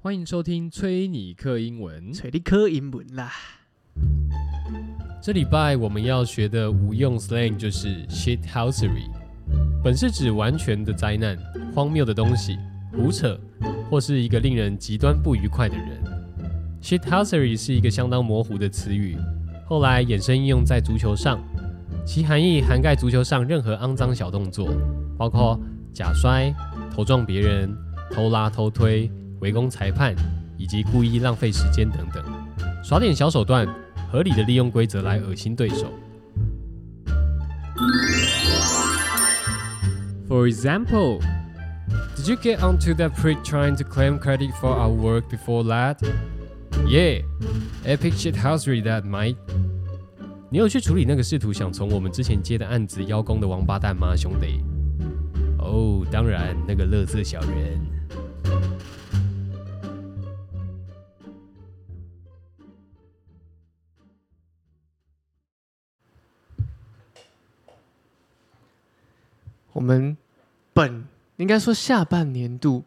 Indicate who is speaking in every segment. Speaker 1: 欢迎收听崔尼克英文。
Speaker 2: 找你考英文啦。
Speaker 1: 这礼拜我们要学的无用 slang 就是 shithousery，本是指完全的灾难、荒谬的东西、胡扯，或是一个令人极端不愉快的人。shithousery 是一个相当模糊的词语，后来衍生应用在足球上，其含义涵盖足球上任何肮脏小动作，包括假摔、头撞别人、偷拉偷推、围攻裁判以及故意浪费时间等等，耍点小手段。合理的利用规则来恶心对手。For example, did you get onto that prick trying to claim credit for our work before that? Yeah, epic shithousery that, mate. 你有去处理那个试图想从我们之前接的案子邀功的王八蛋吗，兄弟？哦，当然，那个乐色小人。
Speaker 2: 我们本应该说下半年度，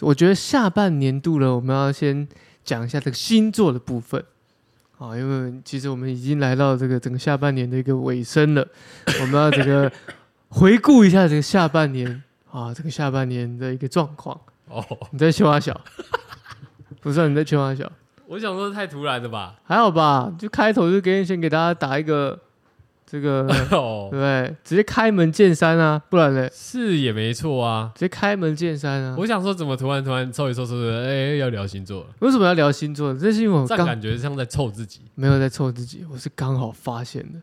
Speaker 2: 我觉得下半年度了，我们要先讲一下这个星座的部分啊，因为其实我们已经来到这个整个下半年的一个尾声了，我们要这个回顾一下这个下半年啊，这个下半年的一个状况。
Speaker 1: 哦，
Speaker 2: 你在青蛙小？不是、啊、你在青蛙小？
Speaker 1: 我想说太突然了吧？
Speaker 2: 还好吧？就开头就给先给大家打一个这个。对不
Speaker 1: 哦，
Speaker 2: 对？直接开门见山啊，不然嘞，
Speaker 1: 是也没错啊。
Speaker 2: 直接开门见山啊。
Speaker 1: 我想说，怎么突然突然凑一凑凑凑，哎、要聊星座了，
Speaker 2: 为什么要聊星座？这是因为我
Speaker 1: 这样
Speaker 2: 哦刚
Speaker 1: 感觉像在凑自己。
Speaker 2: 没有在凑自己，我是刚好发现的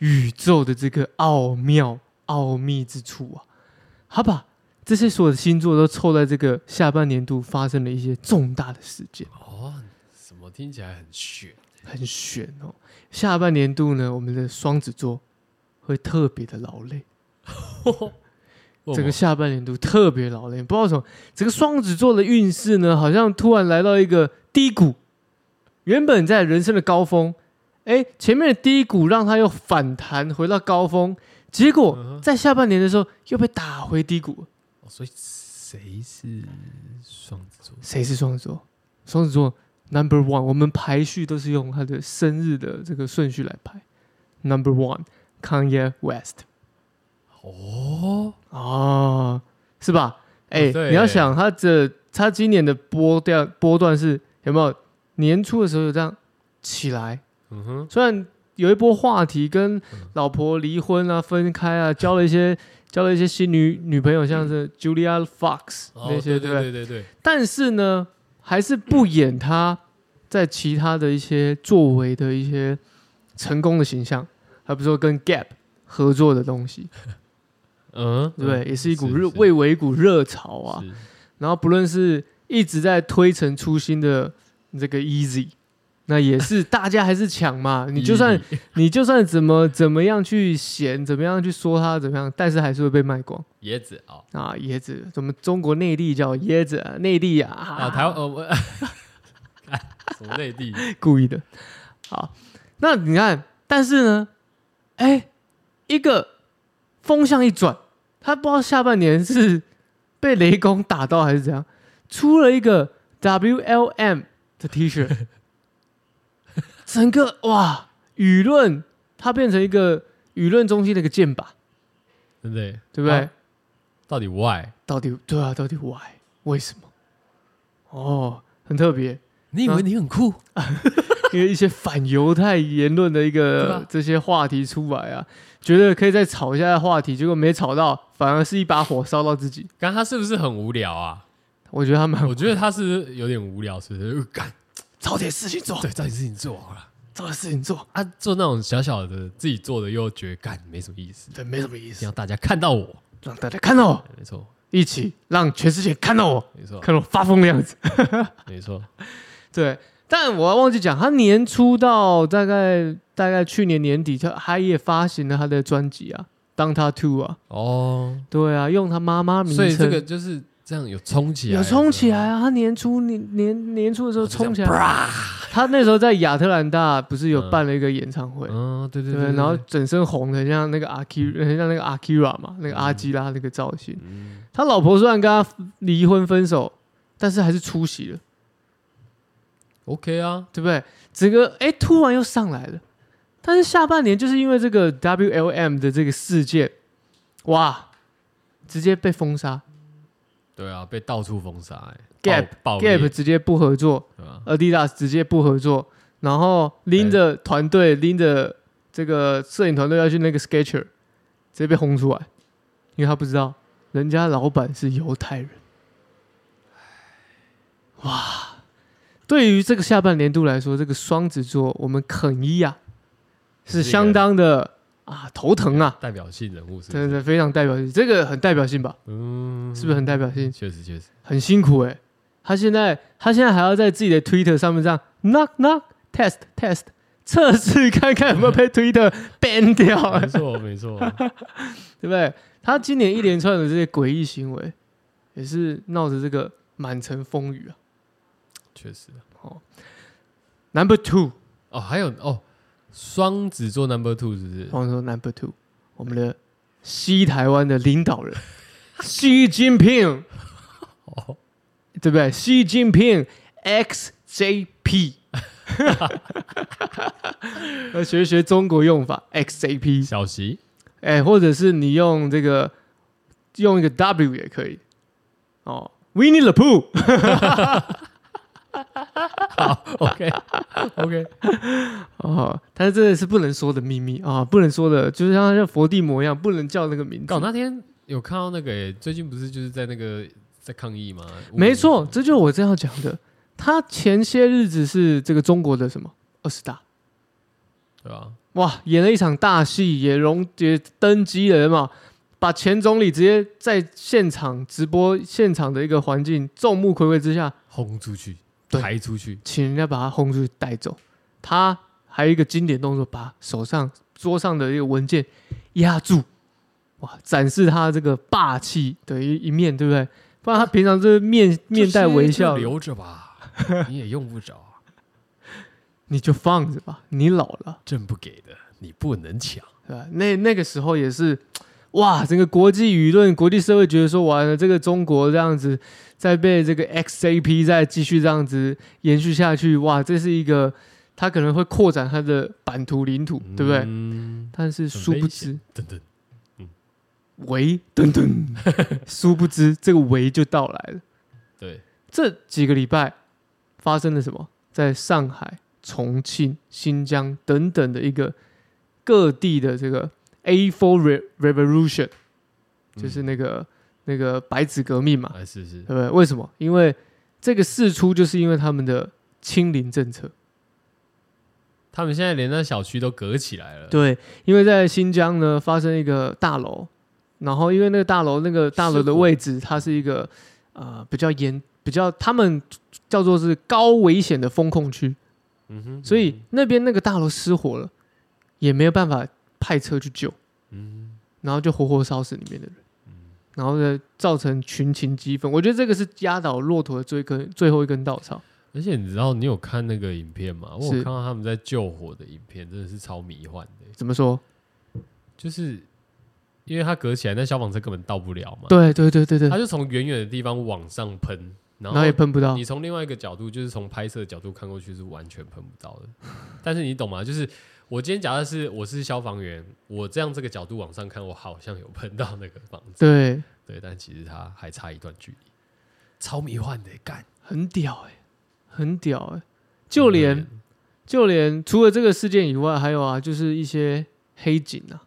Speaker 2: 宇宙的这个奥妙奥秘之处啊。好吧，这些所有的星座都凑在这个下半年度发生了一些重大的事件，
Speaker 1: 哦，怎么听起来很炫？
Speaker 2: 很悬哦。下半年度呢，我们的双子座会特别的劳累。整个
Speaker 1: 问
Speaker 2: 下半年度特别劳累，不知道为什么，整个双子座的运势呢，好像突然来到一个低谷。原本在人生的高峰，哎，前面的低谷让他又反弹回到高峰，结
Speaker 1: 我
Speaker 2: 果
Speaker 1: 嗯哼
Speaker 2: 在下半年的时候又被打回低谷。
Speaker 1: 哦所以谁是双子座？
Speaker 2: 谁是双子座？双子座 number one，我们排序都是用他的生日的这个顺序来排。Number one，Kanye West。
Speaker 1: 哦，
Speaker 2: 哦，是吧？哎、
Speaker 1: 对
Speaker 2: 你要想他这他今年的波段波段是有没有年初的时候有这样起来？
Speaker 1: 嗯哼，
Speaker 2: 虽然有一波话题跟
Speaker 1: 嗯
Speaker 2: 老婆离婚啊、分开啊，交了一些交了一些新女女朋友，像是 Julia Fox
Speaker 1: 嗯哦
Speaker 2: 那些，
Speaker 1: 对
Speaker 2: 不
Speaker 1: 对
Speaker 2: 对？
Speaker 1: 对对，
Speaker 2: 但是呢，还是不演他在其他的一些作为的一些成功的形象，还不是说跟 Gap 合作的东西。
Speaker 1: 嗯，
Speaker 2: 对不对？也是一股热，蔚
Speaker 1: 味
Speaker 2: 为一股热潮啊。然后不论是一直在推陈出新的这个 Easy，那也是大家还是抢 嘛。你就算你就算怎么怎么样去嫌，怎么样去说它怎么样，但是还是会被卖光
Speaker 1: 椰子哦，
Speaker 2: 啊。椰子，怎么中国内地叫椰子、啊？内地啊，
Speaker 1: 啊，台湾哦，我 什么内地？
Speaker 2: 故意的。好，那你看，但是呢，哎，一个风向一转，他不知道下半年是被雷公打到还是怎样，出了一个 WLM 的 T 恤， 整个哇，舆论它变成一个舆论中心的一个箭靶，
Speaker 1: 对不对？
Speaker 2: 对不对？
Speaker 1: 啊到底 why？
Speaker 2: 到底对啊，到底 why 为什么？哦，很特别。
Speaker 1: 你以为你很酷？
Speaker 2: 因为一些反犹太言论的一
Speaker 1: 对
Speaker 2: 个
Speaker 1: 吧
Speaker 2: 这些话题出来啊，觉得可以再吵一下的话题，结果没吵到，反而是一把火烧到自己。
Speaker 1: 刚刚他是不是很无聊啊？
Speaker 2: 我觉得他们
Speaker 1: 我觉得他是有点无聊，是不是？呃干，
Speaker 2: 找点事情做，
Speaker 1: 对，到底是你做好了。
Speaker 2: 找点事情做，
Speaker 1: 啊，做那种小小的自己做的，又觉得干没什么意思，
Speaker 2: 对，没什么意
Speaker 1: 一定
Speaker 2: 思
Speaker 1: 要，大家看到我。
Speaker 2: 让大家看到我，
Speaker 1: 没错，
Speaker 2: 一起让全世界看到我，
Speaker 1: 没错，
Speaker 2: 看到我发疯的样子。
Speaker 1: 没错。
Speaker 2: 对，但我忘记讲，他年初到大概大概去年年底，他他也发行了他的专辑啊，《当他 Two》啊，
Speaker 1: 哦，
Speaker 2: 对啊，用他妈妈名
Speaker 1: 所以这
Speaker 2: 称
Speaker 1: 个就是这样有冲起来，
Speaker 2: 有冲起来啊！他年初年年年初的时候
Speaker 1: 然后就这样
Speaker 2: 冲起 来，他那时候在亚特兰大不是有
Speaker 1: 嗯
Speaker 2: 办了一个演唱会，
Speaker 1: 嗯，对对
Speaker 2: 对，然后整身红的，很像那个阿 Q，很像那个阿 Kira 嘛，那个阿基拉
Speaker 1: 嗯
Speaker 2: 那个造型。他老婆虽然跟他离婚分手，但是还是出席了，
Speaker 1: OK 啊，
Speaker 2: 对不对？整个哎突然又上来了，但是下半年就是因为这个 WLM 的这个事件，哇，直接被封杀
Speaker 1: 对啊，被到处封杀、欸
Speaker 2: Gap-
Speaker 1: 爆爆裂
Speaker 2: ，Gap 直接不合作
Speaker 1: 对吧？
Speaker 2: ，Adidas 直接不合作，然后拎着团队拎着这个摄影团队要去那个 Sketcher，直接被轰出来，因为他不知道人家老板是犹太人。哇，对于这个下半年度来说，这个双子座我们肯伊啊是相当的啊头疼啊，
Speaker 1: 代表性人物是不
Speaker 2: 真
Speaker 1: 是？
Speaker 2: 的非常代表性，这个很代表性吧？
Speaker 1: 嗯，
Speaker 2: 是不是很代表性？
Speaker 1: 确实确实，
Speaker 2: 很辛苦哎、他现在他现在还要在自己的 Twitter 上面这样 knock knock test test 测试看看有没有被 Twitter ban 掉、
Speaker 1: 没
Speaker 2: 欸，
Speaker 1: 错没错，
Speaker 2: 对不对？他今年一连串的这些诡异行为，也是闹着这个满城风雨啊。
Speaker 1: 确实。
Speaker 2: Number two，
Speaker 1: 哦，还有哦，双子座 Number Two 是不是？
Speaker 2: 我们说 Number two，我们的西台湾的领 导人习近平，
Speaker 1: 哦，
Speaker 2: 对不对？习近平 XJP，要学学中国用法 XJP。
Speaker 1: 小席
Speaker 2: 哎、或者是你用这个用一个 W 也可以哦。Winnie the Pooh，
Speaker 1: ，OK OK，
Speaker 2: 哦，但是真的是不能说的秘密啊、不能说的，就是像像佛地魔一样，不能叫那个名字
Speaker 1: 搞。那天有看到那个、欸，最近不是就是在那个在抗议吗？
Speaker 2: 没错，这就是我这样讲的。他前些日子是这个中国的什么二十大，
Speaker 1: 对吧、
Speaker 2: 哇，演了一场大戏，也荣也登基了嘛，把前总理直接在现场直播现场的一个环境，众目睽睽之下，
Speaker 1: 轰出去，
Speaker 2: 对
Speaker 1: 抬出去，
Speaker 2: 请人家把他轰出去带走。他还有一个经典动作，把手上桌上的一个文件压住，哇，展示他这个霸气的一一面，对不对？不然他平常就是面面带微笑
Speaker 1: 这些就，留着 吧，你也用不着啊，
Speaker 2: 你就放着吧，你老了，
Speaker 1: 朕不给的，你不能抢。
Speaker 2: 对吧？那那个时候也是。哇！整个国际舆论、国际社会觉得说，完了，这个中国这样子再被这个 XAP 再继续这样子延续下去，哇，这是一个他可能会扩展他的版图领土，对不对？
Speaker 1: 嗯，
Speaker 2: 但是殊不知，
Speaker 1: 等等，
Speaker 2: 围噔噔， 殊不知这个围就到来了。
Speaker 1: 对，
Speaker 2: 这几个礼拜发生了什么？在上海、重庆、新疆等等的一个各地的这个 A for Re- Revolution，
Speaker 1: 嗯
Speaker 2: 就是那个、那个白纸革命嘛，
Speaker 1: 哎，是是
Speaker 2: 对，不对？为什么？因为这个事出就是因为他们的清零政策。
Speaker 1: 他们现在连那小区都隔起来了，
Speaker 2: 对，因为在新疆呢发生一个大楼，然后因为那个大楼那个大楼
Speaker 1: 失
Speaker 2: 的
Speaker 1: 火
Speaker 2: 位置，它是一个呃比较严比较他们叫做是高危险的风控区，
Speaker 1: 嗯哼，
Speaker 2: 所以那边那个大楼失火了，也没有办法派车去救，
Speaker 1: 嗯
Speaker 2: 然后就活活烧死里面的人，然后呢造成群情激愤。我觉得这个是压倒骆驼的最根最后一根稻草。
Speaker 1: 哼，而且你知道你有看那个影片吗？我有
Speaker 2: 是
Speaker 1: 看到他们在救火的影片，真的是超迷幻的欸、
Speaker 2: 怎么说？
Speaker 1: 就是因为它隔起来，那消防车根本到不了嘛，，
Speaker 2: 对对对对对，
Speaker 1: 它就从远远的地方往上喷，然
Speaker 2: 然
Speaker 1: 后
Speaker 2: 后也喷不到
Speaker 1: 你，从另外一个角度，就是从拍摄的角度看过去是完全喷不到的。 但是你懂吗？就是我今天假设是我是消防员，我这样这个角度往上看，我好像有喷到那个房子，
Speaker 2: 对，
Speaker 1: 对，但其实它还差一段距离，超迷幻的干，
Speaker 2: 很屌哎、很屌哎、就连
Speaker 1: 嗯
Speaker 2: 就连除了这个事件以外，还有啊，就是一些黑警啊，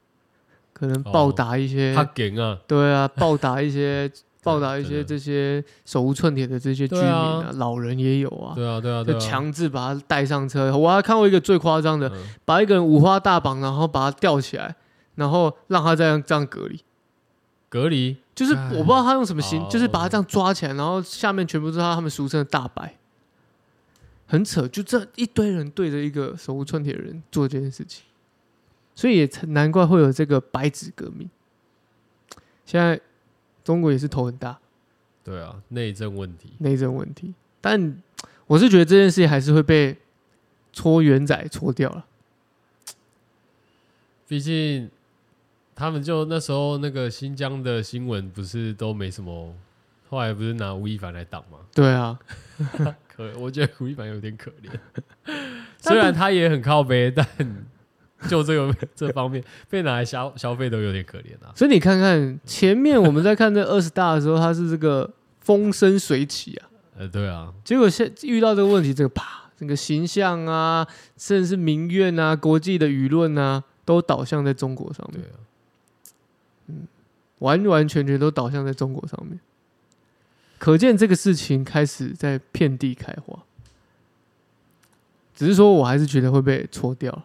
Speaker 2: 可能暴打一些，
Speaker 1: 他啊梗啊，
Speaker 2: 对啊，暴打一 些，暴打一
Speaker 1: 真
Speaker 2: 些
Speaker 1: 的
Speaker 2: 这些手无寸铁的这些居
Speaker 1: 对
Speaker 2: 民
Speaker 1: 啊
Speaker 2: 啊，老人也有啊，
Speaker 1: 对啊对啊对
Speaker 2: 就
Speaker 1: 啊，
Speaker 2: 强制把他带上车。我还看过一个最夸张的，
Speaker 1: 嗯
Speaker 2: 把一个人五花大绑，然后把他吊起来，然后让他这样这样隔离。
Speaker 1: 隔离，
Speaker 2: 就是
Speaker 1: 哎
Speaker 2: 我不知道他用什么形
Speaker 1: 哦，
Speaker 2: 就是把他这样抓起来，然后下面全部都是他他们俗称的大白，很扯。就这一堆人对着一个手无寸铁的人做这件事情，所以也才难怪会有这个白纸革命。现在中国也是头很大，
Speaker 1: 对啊，内政问题，
Speaker 2: 内政问题，但我是觉得这件事情还是会被搓圆仔搓掉了。
Speaker 1: 毕竟他们就那时候那个新疆的新闻不是都没什么，后来不是拿吴亦凡来挡吗？
Speaker 2: 对啊，
Speaker 1: 对，我觉得吴亦凡有点可怜， 虽然他也很靠背，但就这个 这方面被拿来消消费都有点可怜啊。
Speaker 2: 所以你看看前面我们在看这二十大的时候，他是这个风生水起啊，
Speaker 1: 呃，对啊，
Speaker 2: 结果现遇到这个问题，这个啪，整个形象啊，甚至是民怨啊，国际的舆论啊，都导向在中国上
Speaker 1: 对
Speaker 2: 面，
Speaker 1: 啊，
Speaker 2: 完完全全都导向在中国上面。可见这个事情开始在遍地开花，只是说我还是觉得会被戳掉，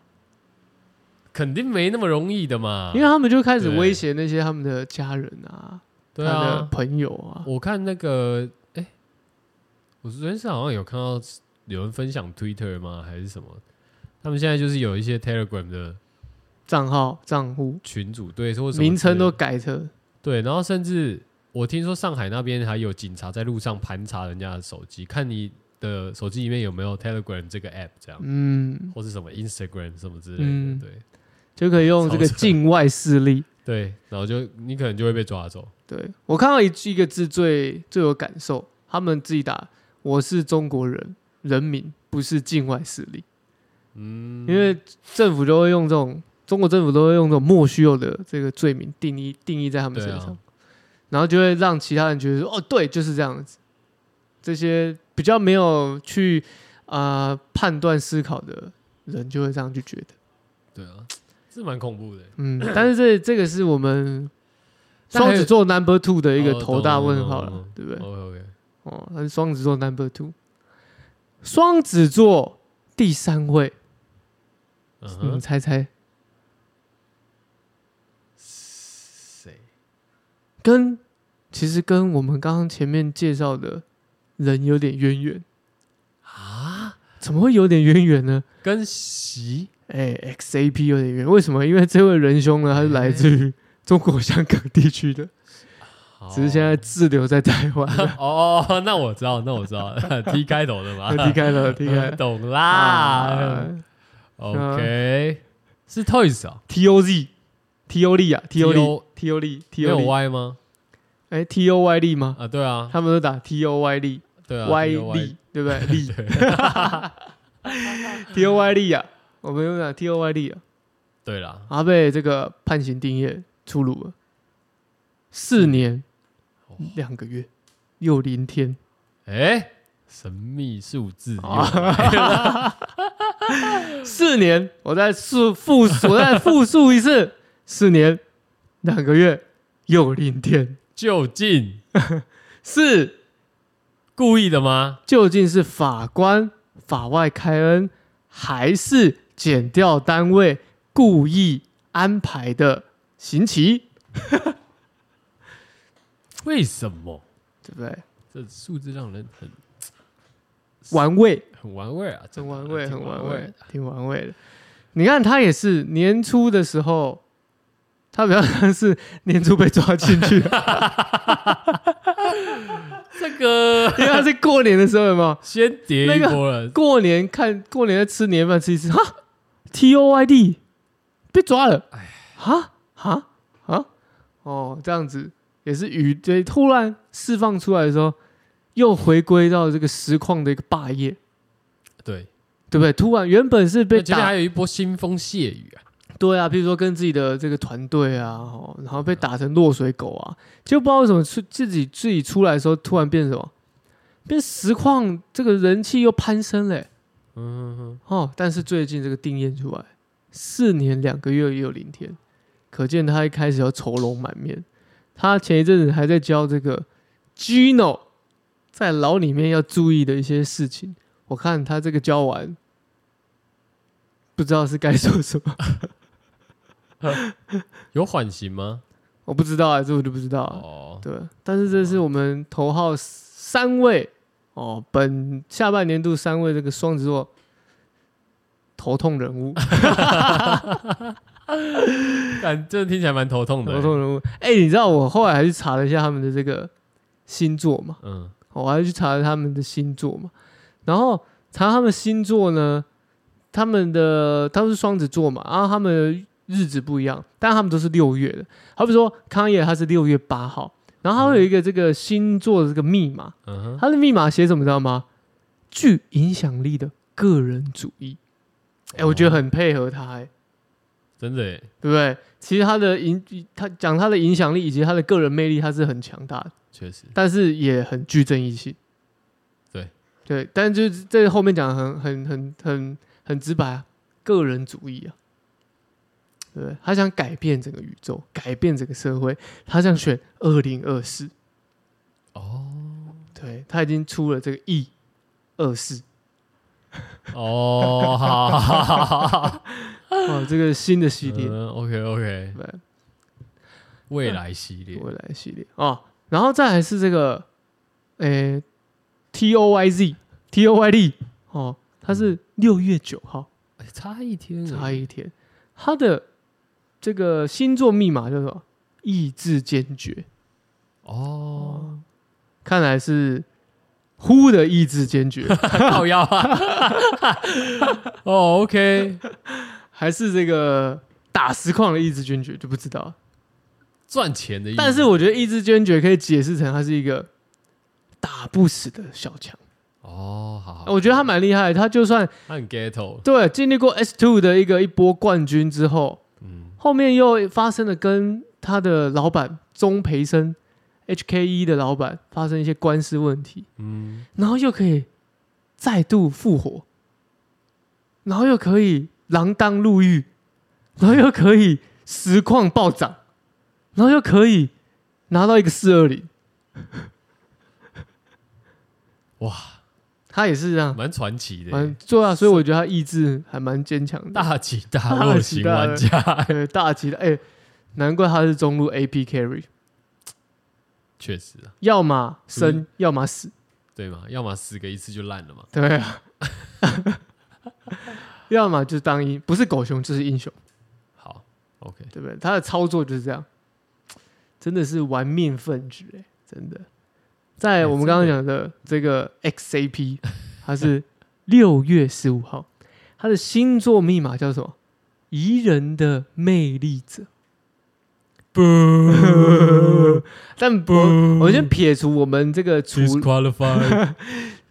Speaker 1: 肯定没那么容易的嘛
Speaker 2: 因。为他们就开始
Speaker 1: 对
Speaker 2: 威胁那些他们的家人啊，
Speaker 1: 对
Speaker 2: 他的
Speaker 1: 啊，
Speaker 2: 朋友啊，
Speaker 1: 我看那个，哎、我昨天是好像有看到有人分享 Twitter 吗？还是什么？他们现在就是有一些 Telegram 的
Speaker 2: 账号、账户、
Speaker 1: 群组，对，或者什么
Speaker 2: 名称
Speaker 1: 之类
Speaker 2: 都
Speaker 1: 的
Speaker 2: 改成
Speaker 1: 对，然后甚至我听说上海那边还有警察在路上盘查人家的手机，看你的手机里面有没有 Telegram 这个 app 这样，
Speaker 2: 嗯，
Speaker 1: 或是什么 Instagram 什么之类的，
Speaker 2: 嗯
Speaker 1: 对
Speaker 2: 就可以用这个
Speaker 1: 超扯
Speaker 2: 境外势力。
Speaker 1: 对，然后就你可能就会被抓走。
Speaker 2: 对我看到一一个字最最有感受，他们自己打“我是中国人人民，不是境外势力”，
Speaker 1: 嗯，
Speaker 2: 因为政府都会用这种中国政府都会用这种莫须有的这个罪名定义定义在他们身
Speaker 1: 对啊
Speaker 2: 上，然后就会让其他人觉得说：“哦，对，就是这样子。”这些比较没有去啊、呃判断思考的人就会这样去觉得。
Speaker 1: 对啊，是蛮恐怖的。
Speaker 2: 嗯，但是这这个是我们
Speaker 1: 但还
Speaker 2: 双
Speaker 1: 有
Speaker 2: 子座 number two 的一个
Speaker 1: 哦
Speaker 2: 头大
Speaker 1: 懂
Speaker 2: 问
Speaker 1: 懂
Speaker 2: 号
Speaker 1: 懂
Speaker 2: 了
Speaker 1: 懂，
Speaker 2: 对不对？
Speaker 1: OK OK，
Speaker 2: 哦，他是双子座 number two，双子座第三位，
Speaker 1: 嗯
Speaker 2: 你们
Speaker 1: 哼，
Speaker 2: 猜猜，
Speaker 1: 谁？
Speaker 2: 跟其实跟我们刚刚前面介绍的人有点渊源啊？怎么会有点渊源呢？
Speaker 1: 跟席
Speaker 2: 哎，XAP 有点渊源，为什么？因为这位仁兄
Speaker 1: 哎
Speaker 2: 呢，他是来自于中国香港地区的，只是现在滞留在台湾了。
Speaker 1: 哦哦，那我知道，那我知道 ，T 开头的嘛
Speaker 2: 离开了，离开了
Speaker 1: 懂
Speaker 2: 啊
Speaker 1: 啦。OK，是 Toys 啊
Speaker 2: ！T O Z T O 力啊，T O 力
Speaker 1: TO
Speaker 2: T O 力 T
Speaker 1: 没
Speaker 2: O
Speaker 1: 有
Speaker 2: 力，
Speaker 1: Y 吗？
Speaker 2: 哎，T O Y 力吗？
Speaker 1: 啊，对啊，
Speaker 2: 他们都打 T O Y 力
Speaker 1: 对啊
Speaker 2: Y
Speaker 1: 这个
Speaker 2: 力，对 不对？力 T O Y 力啊，我们用讲 T O Y 力啊，
Speaker 1: 对啦，
Speaker 2: 他被这个判刑定谳出炉了，四年
Speaker 1: 哦
Speaker 2: 两个月又零天
Speaker 1: 哎，神秘数字
Speaker 2: 啊，四年，我再复复我再复述一次，四年两个月又零天，
Speaker 1: 究竟
Speaker 2: 是。
Speaker 1: 故意的吗？
Speaker 2: 究竟是法官法外开恩，还是检调单位故意安排的刑期，
Speaker 1: 为什么？
Speaker 2: 对不对？
Speaker 1: 这数字让人很
Speaker 2: 玩味，
Speaker 1: 很玩味啊，
Speaker 2: 很
Speaker 1: 真的
Speaker 2: 玩味，
Speaker 1: 挺
Speaker 2: 很玩
Speaker 1: 味
Speaker 2: 味
Speaker 1: 的。，
Speaker 2: 挺玩味的。你看他也是年初的时候，他比较像是年初被抓进去， 因
Speaker 1: 这个
Speaker 2: 为他是过年的时候有没有？
Speaker 1: 先叠一波了，
Speaker 2: 过年看过年在吃年夜饭吃一次，哈，T O Y D 被抓了，
Speaker 1: 哎
Speaker 2: 哈哈哈，哦，这样子也是语对，突然释放出来的时候，又回归到这个实况的一个霸业，
Speaker 1: 对，
Speaker 2: 对不对？突然原本是被
Speaker 1: 那前面还
Speaker 2: 打，
Speaker 1: 有一波腥风血雨啊，
Speaker 2: 对啊，比如说跟自己的这个团队啊，哦，然后被打成落水狗啊，就不知道为什么出自己自己出来的时候，突然变什么，变实况这个人气又攀升嘞、
Speaker 1: 嗯哼哼，
Speaker 2: 哦，但是最近这个定谳出来，四年两个月也有零天，可见他一开始要愁容满面。他前一阵子还在教这个 Gino 在牢里面要注意的一些事情，我看他这个教完，不知道是该说什么，
Speaker 1: 有缓刑吗？
Speaker 2: 我不知道啊，这我就不知道啊。
Speaker 1: 哦，
Speaker 2: 对，但是这是我们头号三位哦，本下半年度三位这个双子座头痛人物。
Speaker 1: 但这听起来蛮头痛的
Speaker 2: 头
Speaker 1: 欸，
Speaker 2: 痛人物。哎、你知道我后来还去查了一下他们的这个星座嘛？
Speaker 1: 嗯，
Speaker 2: 哦我还去查了他们的星座嘛。然后查他们星座呢，他们的他们是双子座嘛，然后他们的日子不一样，但他们都是六月的。好比说康业他是六月八号，然后他会有一个这个星座的这个密码，
Speaker 1: 嗯哼，
Speaker 2: 他的密码写什么你知道吗具影响力的个人主义。哎、我觉得很配合他、哎，
Speaker 1: 真的耶，
Speaker 2: 对不对？其实他的影，他讲他的影响力以及他的个人魅力，他是很强大的，
Speaker 1: 确实，
Speaker 2: 但是也很具正义性。
Speaker 1: 对
Speaker 2: 对，但就是这后面讲得很很很很很直白啊，个人主义啊，对不对？他想改变整个宇宙，改变整个社会，他想选二零二四，
Speaker 1: 哦
Speaker 2: 对他已经出了这个 E 二四，
Speaker 1: 哦，好好好好好好好，
Speaker 2: 哦，这个新的系列，
Speaker 1: 嗯，OK OK，
Speaker 2: 对。
Speaker 1: 未来系列，
Speaker 2: 未来系列哦，然后再来是这个，诶、t O Y Z T O Y D 哦，它是六月九号，
Speaker 1: 哎差一天而已，
Speaker 2: 差一天，它的这个星座密码叫做意志坚决，
Speaker 1: 哦，
Speaker 2: 看来是呼的意志坚决，
Speaker 1: 靠腰啊， 哦，OK，
Speaker 2: 还是这个打实况的意志坚决就不知道了，
Speaker 1: 赚钱的意思，
Speaker 2: 但是我觉得意志坚决可以解释成它是一个打不死的小强，
Speaker 1: 哦，好好，
Speaker 2: 我觉得他蛮厉害的，他就算。
Speaker 1: 他很 ghetto，
Speaker 2: 对，经历过 S two 的一个一波冠军之后，
Speaker 1: 嗯，
Speaker 2: 后面又发生了跟他的老板钟培生 HKE 的老板发生一些官司问题，
Speaker 1: 嗯，
Speaker 2: 然后又可以再度复活，然后又可以锒铛入狱，然后又可以实况暴涨，然后又可以拿到一个四二零，
Speaker 1: 哇，
Speaker 2: 他也是这样，
Speaker 1: 蛮传奇的耶
Speaker 2: 蛮，对啊，所以我觉得他意志还蛮坚强的。
Speaker 1: 大起大落型玩家，
Speaker 2: 对，大吉的，哎、难怪他是中路 AP carry，
Speaker 1: 确实啊，
Speaker 2: 要么生，要么死，
Speaker 1: 对嘛，要么死个一次就烂了嘛，
Speaker 2: 对啊， 要么就是当英，不是狗熊就是英雄，
Speaker 1: 好，OK，
Speaker 2: 对不对？他的操作就是这样，真的是玩命分局、哎，真的。在我们刚刚讲哎的这个 XAP，它是六月十五号，它的星座密码叫什么？宜人的魅力者。 但不，我们先撇除我们这个除
Speaker 1: disqualified，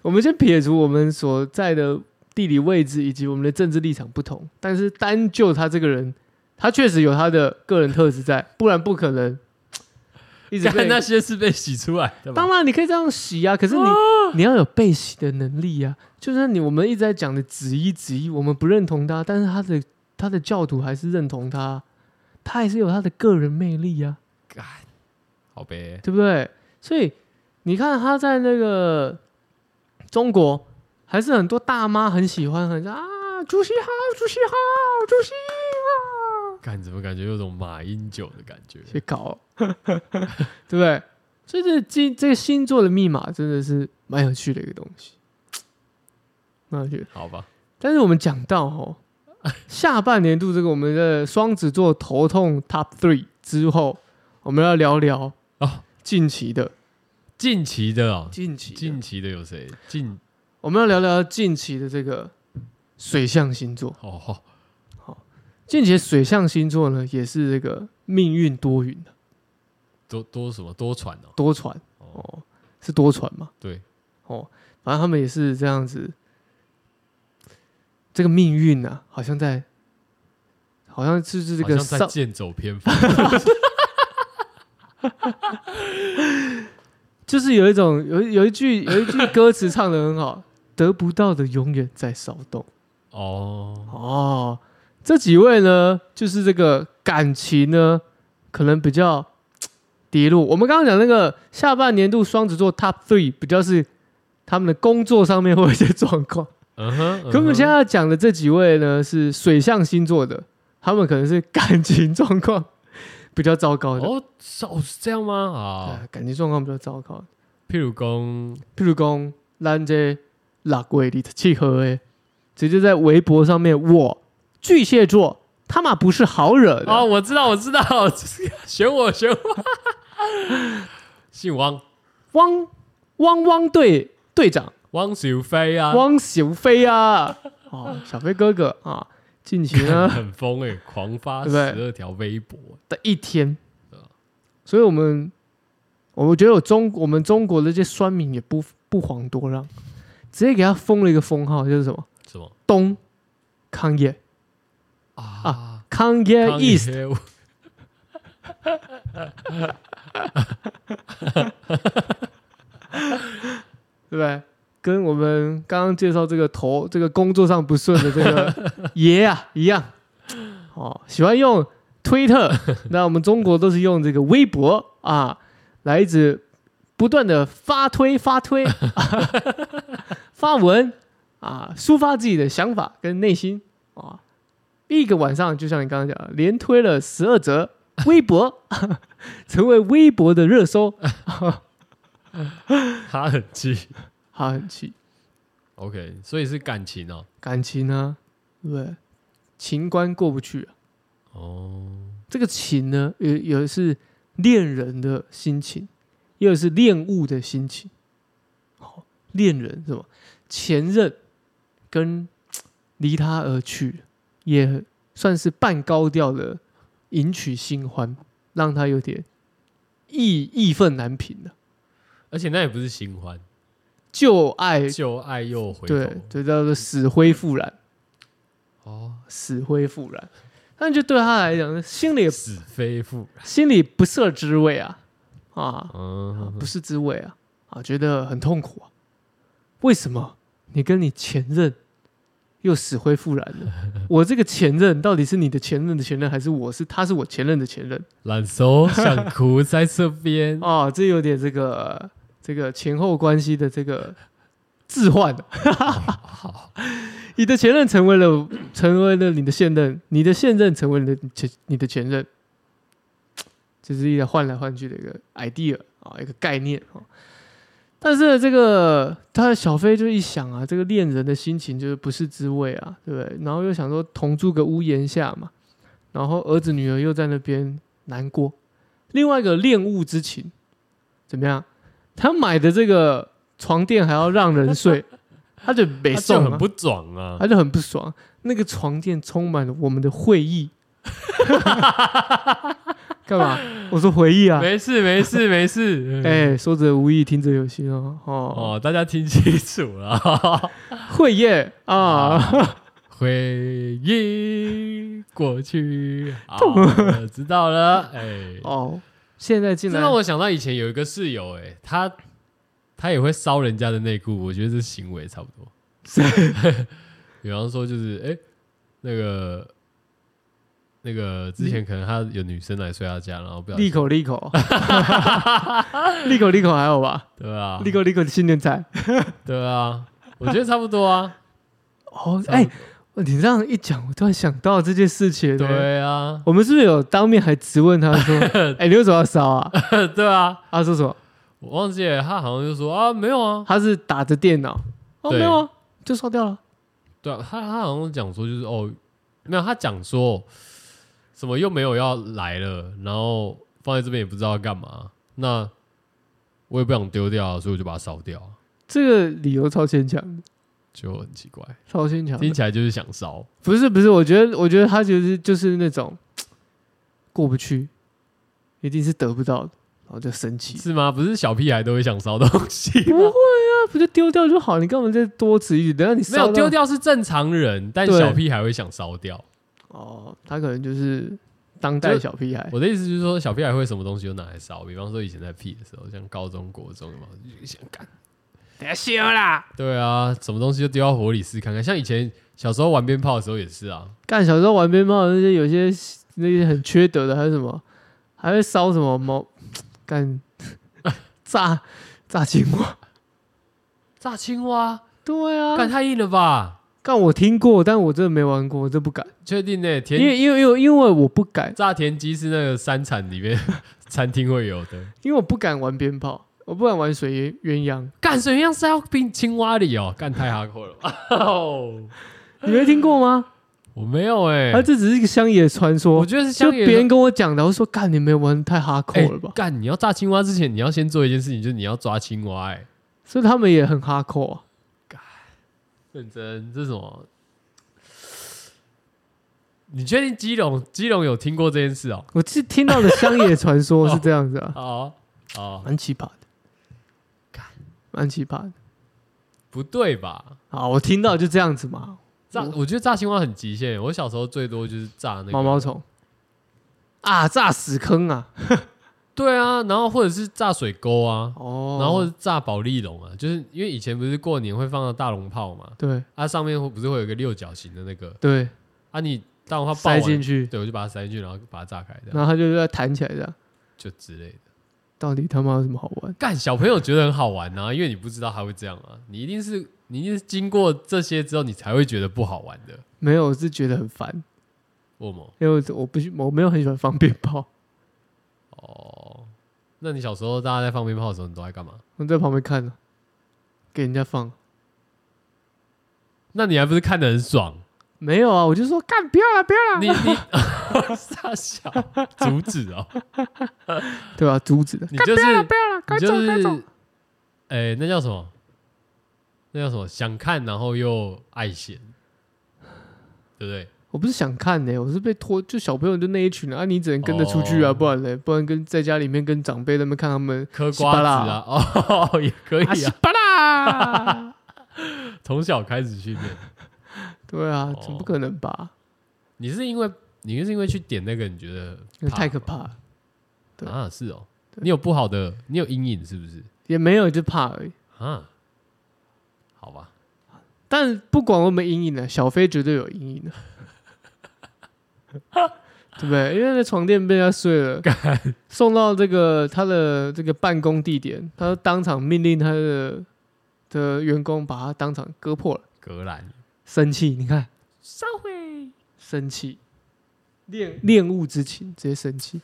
Speaker 2: 我们先撇除我们所在的地理位置以及我们的政治立场不同，但是单就他这个人，他确实有他的个人特质在，不然不可能一直被
Speaker 1: 但那些是被洗出来的嘛
Speaker 2: 当，然，你可以这样洗啊，可是你、你要有被洗的能力啊。就算你我们一直在讲的子一子一，我们不认同他，但是他的他的教徒还是认同他，他还是有他的个人魅力啊，
Speaker 1: 好呗，
Speaker 2: 对不对？所以你看他在那个中国，还是很多大妈很喜欢，很啊，主席好，主席好，主席啊，
Speaker 1: 看怎么感觉有种马英九的感觉，
Speaker 2: 写搞、 对不对？所以这金这个星座的密码真的是蛮有趣的一个东西，蛮有趣的。
Speaker 1: 好吧，
Speaker 2: 但是我们讲到哦，下半年度这个我们的双子座头痛 Top Three 之后，我们要聊聊
Speaker 1: 哦
Speaker 2: 近期的
Speaker 1: 近期的哦，
Speaker 2: 近期
Speaker 1: 近期的有谁？近
Speaker 2: 我们要聊聊近期的这个水象星座。
Speaker 1: 哦哦
Speaker 2: 近期的水象星座呢，也是这个命运多耘的，
Speaker 1: 多多什么多传哦，
Speaker 2: 多舛
Speaker 1: 哦
Speaker 2: 哦，是多舛嘛？
Speaker 1: 对，
Speaker 2: 哦，反正他们也是这样子，这个命运啊，好像在，好像是是这
Speaker 1: 好
Speaker 2: 个
Speaker 1: 像在
Speaker 2: 上
Speaker 1: 剑走偏锋，
Speaker 2: 就是有一种有一有一句有一句歌词唱的很好， 得不到的永远在骚动。
Speaker 1: 哦，
Speaker 2: 哦，这几位呢，就是这个感情呢，可能比较嘖跌落。我们刚刚讲那个下半年度双子座 Top Three 比较是他们的工作上面会有一些状况。
Speaker 1: 嗯哼，嗯
Speaker 2: 可我们
Speaker 1: 哼
Speaker 2: 现在讲的这几位呢，是水象星座的，他们可能是感情状况比较糟糕的，
Speaker 1: 哦，是哦是这样吗？啊
Speaker 2: 啊，，感情状况比较糟糕的。
Speaker 1: 譬如公
Speaker 2: 譬如讲，咱这六月里契合诶，直接在微博上面，我巨蟹座他妈不是好惹的，
Speaker 1: 哦，我知道，我知道，选我，选我， 姓汪，
Speaker 2: 汪汪汪队队长、
Speaker 1: 汪小菲啊，
Speaker 2: 汪小菲啊，哦，小飞哥哥啊，近期 呢
Speaker 1: 很疯哎，狂发
Speaker 2: 对
Speaker 1: 十
Speaker 2: 不对
Speaker 1: 二条微博，
Speaker 2: 的一天
Speaker 1: 对啊，
Speaker 2: 所以我们我觉得有中我们中国的这些酸民也不不遑多让，直接给他封了一个封号，就是什么
Speaker 1: 什么
Speaker 2: 东康业
Speaker 1: 啊？
Speaker 2: 康业 East，
Speaker 1: East，
Speaker 2: 对不对？跟我们刚刚介绍这个头这个工作上不顺的这个爷啊一样，哦，喜欢用推特，那我们中国都是用这个微博啊，来一直不断的发推发推，发文啊，抒发自己的想法跟内心啊。一个晚上，就像你刚刚讲的，连推了十二则微博， 成为微博的热搜，
Speaker 1: 他很气。
Speaker 2: 哈很气。
Speaker 1: OK，所以是感情哦。
Speaker 2: 感情呢，对不对？情关过不去、啊，
Speaker 1: 哦，
Speaker 2: 这个情呢，有有的是恋人的心情，也有是恋物的心情。好、恋人是吧？前任跟离他而去，也算是半高调的迎娶新欢，让他有点义义愤难平的、
Speaker 1: 而且那也不是新欢，
Speaker 2: 旧爱，
Speaker 1: 旧爱又回头
Speaker 2: 对。对，叫做死灰复燃，
Speaker 1: 哦，
Speaker 2: 死灰复燃。但就对他来讲，心里也
Speaker 1: 死非复燃。
Speaker 2: 心里不是滋味啊，啊，啊
Speaker 1: 嗯
Speaker 2: 不，是滋味啊，啊，觉得很痛苦啊。为什么你跟你前任又死灰复燃了？我这个前任到底是你的前任的前任，还是我是他是我前任的前任？
Speaker 1: 懒熟想哭在这 边。
Speaker 2: 啊，这有点这个这个前后关系的这个置换。 你的前任成为了成为了你的现任，你的现任成为了你的前你的前任，这是一个换来换去的一个 idea 啊，一个概念啊。但是这个他小飞就一想啊，这个恋人的心情就是不是滋味啊，对不对？然后又想说同住个屋檐下嘛，然后儿子女儿又在那边难过，另外一个恋物之情，怎么样？他买的这个床垫还要让人睡，他就没
Speaker 1: 他就
Speaker 2: 送
Speaker 1: 很
Speaker 2: 啊
Speaker 1: 不爽啊
Speaker 2: 他！就很不爽。那个床垫充满了我们的会 议，干嘛？我说回忆啊，
Speaker 1: 没事没事没事， 哎、
Speaker 2: 哎、说者无意，听者有心哦。哦，
Speaker 1: 哦，大家听清楚了，
Speaker 2: 会耶啊，
Speaker 1: 回忆过去，好，我知道了，哎、
Speaker 2: 哦，现在进
Speaker 1: 这
Speaker 2: 来
Speaker 1: 让我想到以前有一个室友、哎，他他也会烧人家的内裤，我觉得这行为差不多。比方说，就是哎、那个那个之前可能他有女生来睡他家，然后不小
Speaker 2: 利
Speaker 1: 心，
Speaker 2: 口利口，利口利口还好吧？
Speaker 1: 对啊，
Speaker 2: 利口利口的新年财
Speaker 1: 对啊，我觉得差不多啊，
Speaker 2: 哦，
Speaker 1: 差
Speaker 2: 哎、
Speaker 1: 不多
Speaker 2: 你这样一讲，我突然想到这件事 情。，
Speaker 1: 对啊，
Speaker 2: 我们是不是有当面还质问他说：“哎、你为什么要烧啊
Speaker 1: 对啊，？”
Speaker 2: 他说什么？
Speaker 1: 我忘记了，他好像就说啊，没有啊，
Speaker 2: 他是打着电脑，哦，
Speaker 1: 对
Speaker 2: 没有啊，就烧掉了。
Speaker 1: 对啊，他他好像讲说就是哦，没有，他讲说什么又没有要来了，然后放在这边也不知道要干嘛，那我也不想丢掉啊，所以我就把它烧掉啊，
Speaker 2: 这个理由超牵强的，
Speaker 1: 就很奇怪，
Speaker 2: 超牵强的。
Speaker 1: 听起来就是想烧，
Speaker 2: 不是不是，我觉得我觉得他就是就是那种过不去，一定是得不到的，然后就生气。
Speaker 1: 是吗？不是小屁孩都会想烧东西
Speaker 2: 不会
Speaker 1: 吗？
Speaker 2: 啊，不就丢掉就好？你干嘛再多此一举？等下你
Speaker 1: 没
Speaker 2: 烧
Speaker 1: 有
Speaker 2: 到
Speaker 1: 丢掉是正常人，但
Speaker 2: 对
Speaker 1: 小屁孩会想烧掉。
Speaker 2: 哦，他可能就是当代
Speaker 1: 就
Speaker 2: 小屁孩。
Speaker 1: 我的意思就是说，小屁孩会什么东西就拿来烧，比方说以前在屁的时候，像高中国中嘛，就想干。
Speaker 2: 等下修哎啦！
Speaker 1: 对啊，什么东西就丢到火里试看看。像以前小时候玩鞭炮的时候也是啊，
Speaker 2: 干小时候玩鞭炮那些有些那些很缺德的，还有什么还会烧什么毛干 炸炸青蛙？
Speaker 1: 炸青蛙，
Speaker 2: 对啊，
Speaker 1: 干太硬了吧？
Speaker 2: 干我听过，但我真的没玩过，我真不敢。
Speaker 1: 确定呢、田
Speaker 2: 因为因为因为因为我不敢，
Speaker 1: 炸田鸡是那个山产里面 餐厅会有的。
Speaker 2: 因为我不敢玩鞭炮，我不敢玩水鸳鸳鸯。
Speaker 1: 干水样是要冰青蛙里哦，干太哈扣了吧？哦，
Speaker 2: 你没听过吗？
Speaker 1: 我没有哎、
Speaker 2: 啊，这只是一个乡野传
Speaker 1: 我
Speaker 2: 说，
Speaker 1: 觉得是像
Speaker 2: 就别人跟我讲的。我说干，你没有玩太哈扣
Speaker 1: 哎
Speaker 2: 了吧？
Speaker 1: 干、你要炸青蛙之前，你要先做一件事情，就是你要抓青蛙哎、
Speaker 2: 所以他们也很哈扣啊。
Speaker 1: 认真，这是什么？你确定基隆基隆有听过这件事哦？
Speaker 2: 我是听到的乡野传说是这样子啊，
Speaker 1: 哦哦，
Speaker 2: 蛮奇葩的
Speaker 1: 干，
Speaker 2: 蛮奇葩的。
Speaker 1: 不对吧？
Speaker 2: 啊，我听到就这样子嘛，
Speaker 1: 炸，
Speaker 2: 我
Speaker 1: 我觉得炸青蛙很极限。我小时候最多就是炸那个
Speaker 2: 毛毛虫啊，炸屎坑啊，
Speaker 1: 对啊，然后或者是炸水沟啊，
Speaker 2: 哦，
Speaker 1: 然后或者炸保利龙啊，就是因为以前不是过年会放到大龙炮嘛，
Speaker 2: 对
Speaker 1: 它、上面会不是会有一个六角形的那个
Speaker 2: 对，
Speaker 1: 啊，你大龙炮爆
Speaker 2: 塞
Speaker 1: 完
Speaker 2: 进，去，
Speaker 1: 对，我就把它塞进去，然后把它炸开，这样
Speaker 2: 然后它就在弹起来这样，
Speaker 1: 就之类的。
Speaker 2: 到底他妈有什么好玩？
Speaker 1: 干小朋友觉得很好玩啊，因为你不知道它会这样啊，你一定是你一定是经过这些之后，你才会觉得不好玩的。
Speaker 2: 没有，我是觉得很烦，
Speaker 1: 我某
Speaker 2: 因为我不喜我没有很喜欢放鞭炮，
Speaker 1: 哦，那你小时候大家在放鞭炮的时候，你都在干嘛？
Speaker 2: 我在旁边看啊给人家放。
Speaker 1: 那你还不是看得很爽？
Speaker 2: 没有啊，我就说干，不要了，不要
Speaker 1: 你你 傻笑，阻止哦，
Speaker 2: 了，啊对吧、阻止的，
Speaker 1: 你就是
Speaker 2: 不要了，该
Speaker 1: 你
Speaker 2: 走
Speaker 1: 就
Speaker 2: 该走
Speaker 1: 是，，哎、那叫什么？那叫什么？想看然后又爱闲，对不对？
Speaker 2: 我不是想看呢、我是被拖，就小朋友就那一群啊，啊你只能跟着出去啊，
Speaker 1: 哦
Speaker 2: 不然嘞，不然跟在家里面跟长辈在那边看他们
Speaker 1: 嗑
Speaker 2: 稀巴
Speaker 1: 瓜子
Speaker 2: 烂
Speaker 1: 啊， 哦，也可以
Speaker 2: 稀
Speaker 1: 啊，
Speaker 2: 巴啦，
Speaker 1: 从小开始训练。
Speaker 2: 对啊，
Speaker 1: 哦
Speaker 2: 怎么不可能吧？
Speaker 1: 你是因为你是因为去点那个，你觉得
Speaker 2: 那太可
Speaker 1: 吗
Speaker 2: 怕了，对
Speaker 1: 啊？是哦，
Speaker 2: 对
Speaker 1: 你有不好的，你有阴影是不是？
Speaker 2: 也没有就怕而已。
Speaker 1: 啊，好吧，
Speaker 2: 但不管我们阴影呢，小飞绝对有阴影的，对不对？因为在床垫被他睡了，送到这个他的这个办公地点，他就当场命令他的的员工把他当场割破了，
Speaker 1: 格兰
Speaker 2: 生气，你看，
Speaker 1: 烧毁。
Speaker 2: 生气，恋恋物之情，直接生气。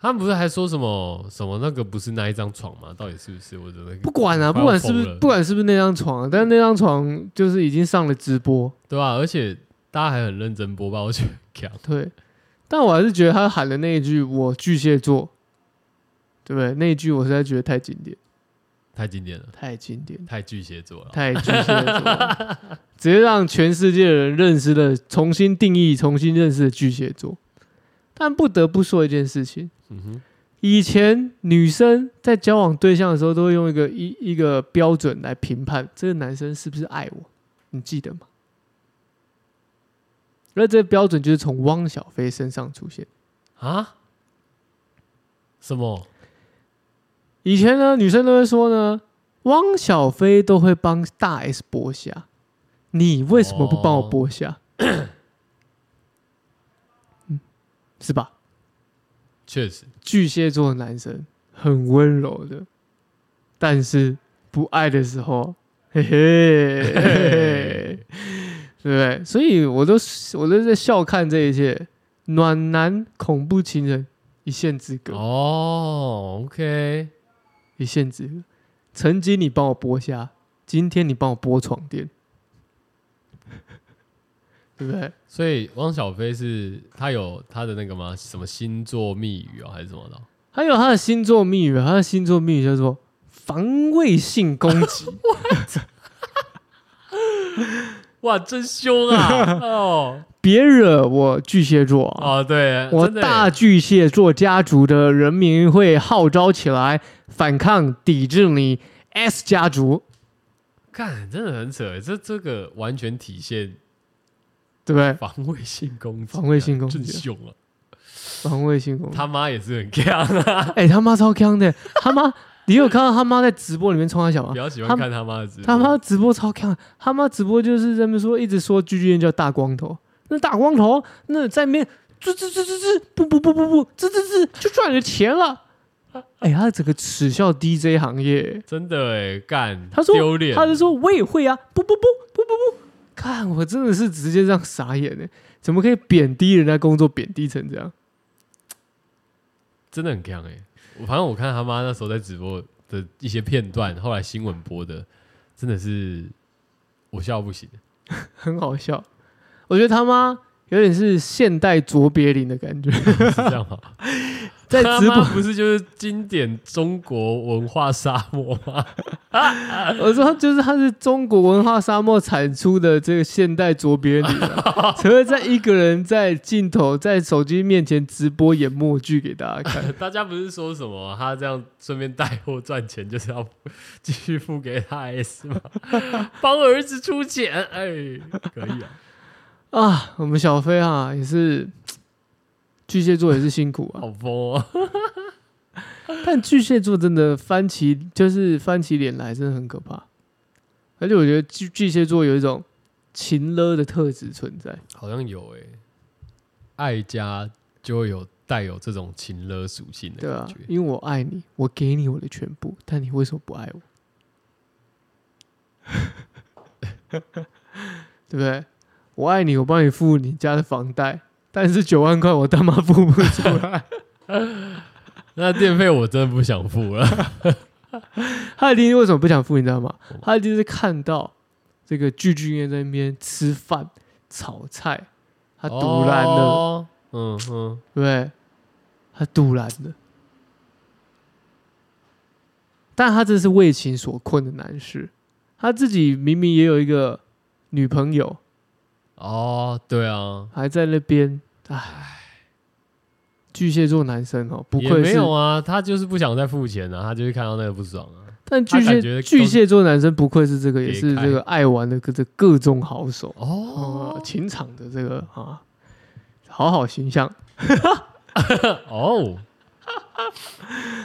Speaker 1: 他们不是还说什么什么那个不是那一张床吗？到底是不是？我真的
Speaker 2: 不管啊，
Speaker 1: 快要
Speaker 2: 不管是不
Speaker 1: 疯
Speaker 2: 是
Speaker 1: 了
Speaker 2: 不管是不是那张床、啊，但是那张床就是已经上了直播，
Speaker 1: 对吧、而且大家还很认真播报，我觉得很强
Speaker 2: 对，但我还是觉得他喊的那一句“我巨蟹座”，对不对？那一句我实在觉得太经典，
Speaker 1: 太经典了，
Speaker 2: 太经典，
Speaker 1: 太巨蟹座了。
Speaker 2: 太巨蟹座了， 直接让全世界的人认识了，重新定义、重新认识了巨蟹座。但不得不说一件事情，
Speaker 1: 嗯哼，
Speaker 2: 以前女生在交往对象的时候，都会用一个一一个标准来评判这个男生是不是爱我，你记得吗？而这个标准就是从汪小菲身上出现。
Speaker 1: 啊？什么？
Speaker 2: 以前呢，女生都会说呢，汪小菲都会帮大 S 剥虾，你为什么不帮我剥虾？嗯是吧？
Speaker 1: 确实，
Speaker 2: 巨蟹座的男生很温柔的，但是不爱的时候，嘿嘿，嘿嘿对不对？所以我都我都在笑看这一切，暖男、恐怖情人一线之隔。
Speaker 1: 哦，OK，
Speaker 2: 一线之隔。曾经你帮我剥虾，今天你帮我剥床垫， 对不对？
Speaker 1: 所以汪小菲是他有他的那个吗？什么星座密语哦，还是什么的哦？
Speaker 2: 还有他的星座密语，他的星座密语叫做防卫性攻击。
Speaker 1: 哇，真凶 啊！哦，
Speaker 2: 别惹我巨蟹座啊！
Speaker 1: 哦，对，
Speaker 2: 我
Speaker 1: 真的耶
Speaker 2: 大巨蟹座家族的人民会号召起来反抗、抵制你 S 家族，
Speaker 1: 干，真的很扯耶，这这个完全体现
Speaker 2: 对不对？
Speaker 1: 防卫性攻击，啊
Speaker 2: 防卫性攻击
Speaker 1: 真凶啊！
Speaker 2: 防卫性攻击。
Speaker 1: 他妈也是很强啊，
Speaker 2: 哎、他妈超强的，他妈，你有看到他妈在直播里面冲他小吗
Speaker 1: 比？较喜欢看他妈的直播
Speaker 2: 他妈直播超看，他妈直播就是在那边说，一直说巨巨人叫大光头，那大光头那在面吱吱吱吱吱，不不不不不，吱吱吱就赚你的钱了。哎、他整个耻笑 DJ 行业，
Speaker 1: 真的哎，干，
Speaker 2: 他说
Speaker 1: 丢脸，
Speaker 2: 他就说我也会啊，不不不不不不，看我真的是直接这样傻眼呢，怎么可以贬低人家工作，贬低成这样？
Speaker 1: 真的很强哎、我反正我看他妈那时候在直播的一些片段，后来新闻播的，真的是我笑不 行。
Speaker 2: 很好笑，我觉得他妈有点是现代卓别林的感觉。
Speaker 1: 是这样吗？
Speaker 2: 在
Speaker 1: 他
Speaker 2: 直
Speaker 1: 妈
Speaker 2: 播，
Speaker 1: 不是就是经典中国文化沙漠吗？
Speaker 2: 我说就是他是中国文化沙漠产出的这个现代卓别林啊，只会在一个人在镜头在手机面前直播演默剧给大家看。
Speaker 1: 大家不是说什么他这样顺便带货赚钱，就是要继续付给他 S 吗？ 帮儿子出钱，哎，可以 啊，
Speaker 2: 啊，我们小飞啊，也是巨蟹座也是辛苦啊，
Speaker 1: 好疯哦！
Speaker 2: 但巨蟹座真的翻起就是翻起脸来，真的很可怕。而且我觉得巨巨蟹座有一种情勒的特质存在，
Speaker 1: 好像有哎、爱家就会有带有这种情勒属性
Speaker 2: 对
Speaker 1: 的
Speaker 2: 啊
Speaker 1: 感觉，，
Speaker 2: 因为我爱你，我给你我的全部，但你为什么不爱我？ 对不对？我爱你，我帮你付你家的房贷，但是九万块我他妈付不 出来。
Speaker 1: 那电费我真的不想付 了。
Speaker 2: 他一定为什么不想付，你知道吗
Speaker 1: 什么？
Speaker 2: 他一定是看到这个巨巨业在那边吃饭炒菜，他堵烂了，
Speaker 1: 哦嗯嗯，
Speaker 2: 对不对？他堵烂了，但他这是为情所困的男士，他自己明明也有一个女朋友，
Speaker 1: 哦，对啊，
Speaker 2: 还在那边，唉，巨蟹座男生哦，不
Speaker 1: 也
Speaker 2: 愧
Speaker 1: 没
Speaker 2: 是，
Speaker 1: 有啊，他就是不想再付钱啊，他就是看到那个不爽啊。
Speaker 2: 但
Speaker 1: 他
Speaker 2: 巨
Speaker 1: 感觉都
Speaker 2: 蟹巨蟹座男生不愧是这个，也
Speaker 1: 别
Speaker 2: 是
Speaker 1: 开
Speaker 2: 这个爱玩的各这各种好手。
Speaker 1: 哦
Speaker 2: 哦，情场的这个啊，好好形象，
Speaker 1: 哦，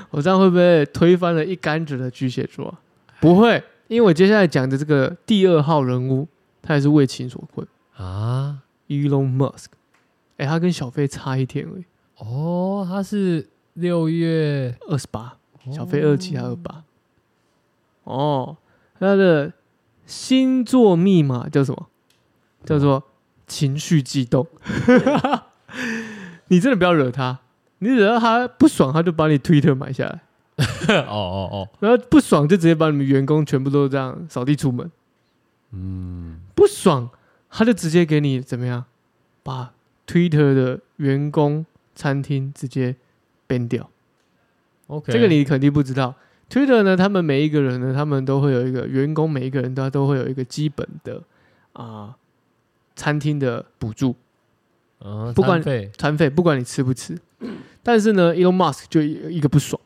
Speaker 2: 我这样会不会推翻了一竿子的巨蟹座啊？不会，因为我接下来讲的这个第二号人物，他也是为情所困
Speaker 1: 啊，
Speaker 2: ，Elon Musk。哎、他跟小飞差一天而已，
Speaker 1: 哦，他是六月
Speaker 2: 二十八，小飞
Speaker 1: 哦
Speaker 2: 二七，他二八。哦，他的星座密码叫什么？叫做情绪激动。你真的不要惹他，你惹到他不爽，他就把你推特买下来。
Speaker 1: 哦哦哦，
Speaker 2: 然后不爽就直接把你们员工全部都这样扫地出门，
Speaker 1: 嗯，
Speaker 2: 不爽他就直接给你怎么样，把 Twitter 的员工餐厅直接 ban 掉。
Speaker 1: OK，
Speaker 2: 这个你肯定不知道。Twitter 呢，他们每一个人呢，他们都会有一个员工，每一个人都都会有一个基本的啊、餐厅的补助
Speaker 1: 啊，
Speaker 2: 不
Speaker 1: 餐
Speaker 2: 管
Speaker 1: 费
Speaker 2: 餐费，不管你吃不吃。但是呢，Elon Musk 就一一个不爽，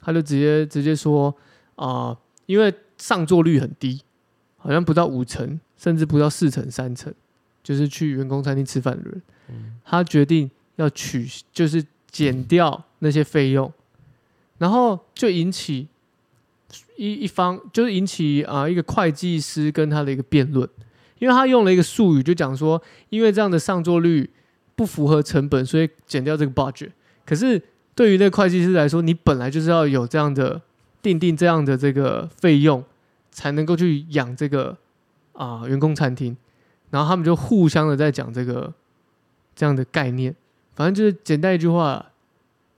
Speaker 2: 他就直接直接说啊、因为上座率很低，好像不到五成，甚至不到四成、三成，就是去员工餐厅吃饭的人，他决定要取，就是减掉那些费用，然后就引起一一方，就是引起啊、一个会计师跟他的一个辩论，因为他用了一个术语，就讲说，因为这样的上座率不符合成本，所以减掉这个 budget。可是对于那个会计师来说，你本来就是要有这样的定定这样的这个费用，才能够去养这个啊、员工餐厅。然后他们就互相的在讲这个啊这样的概念，反正就是简单一句话，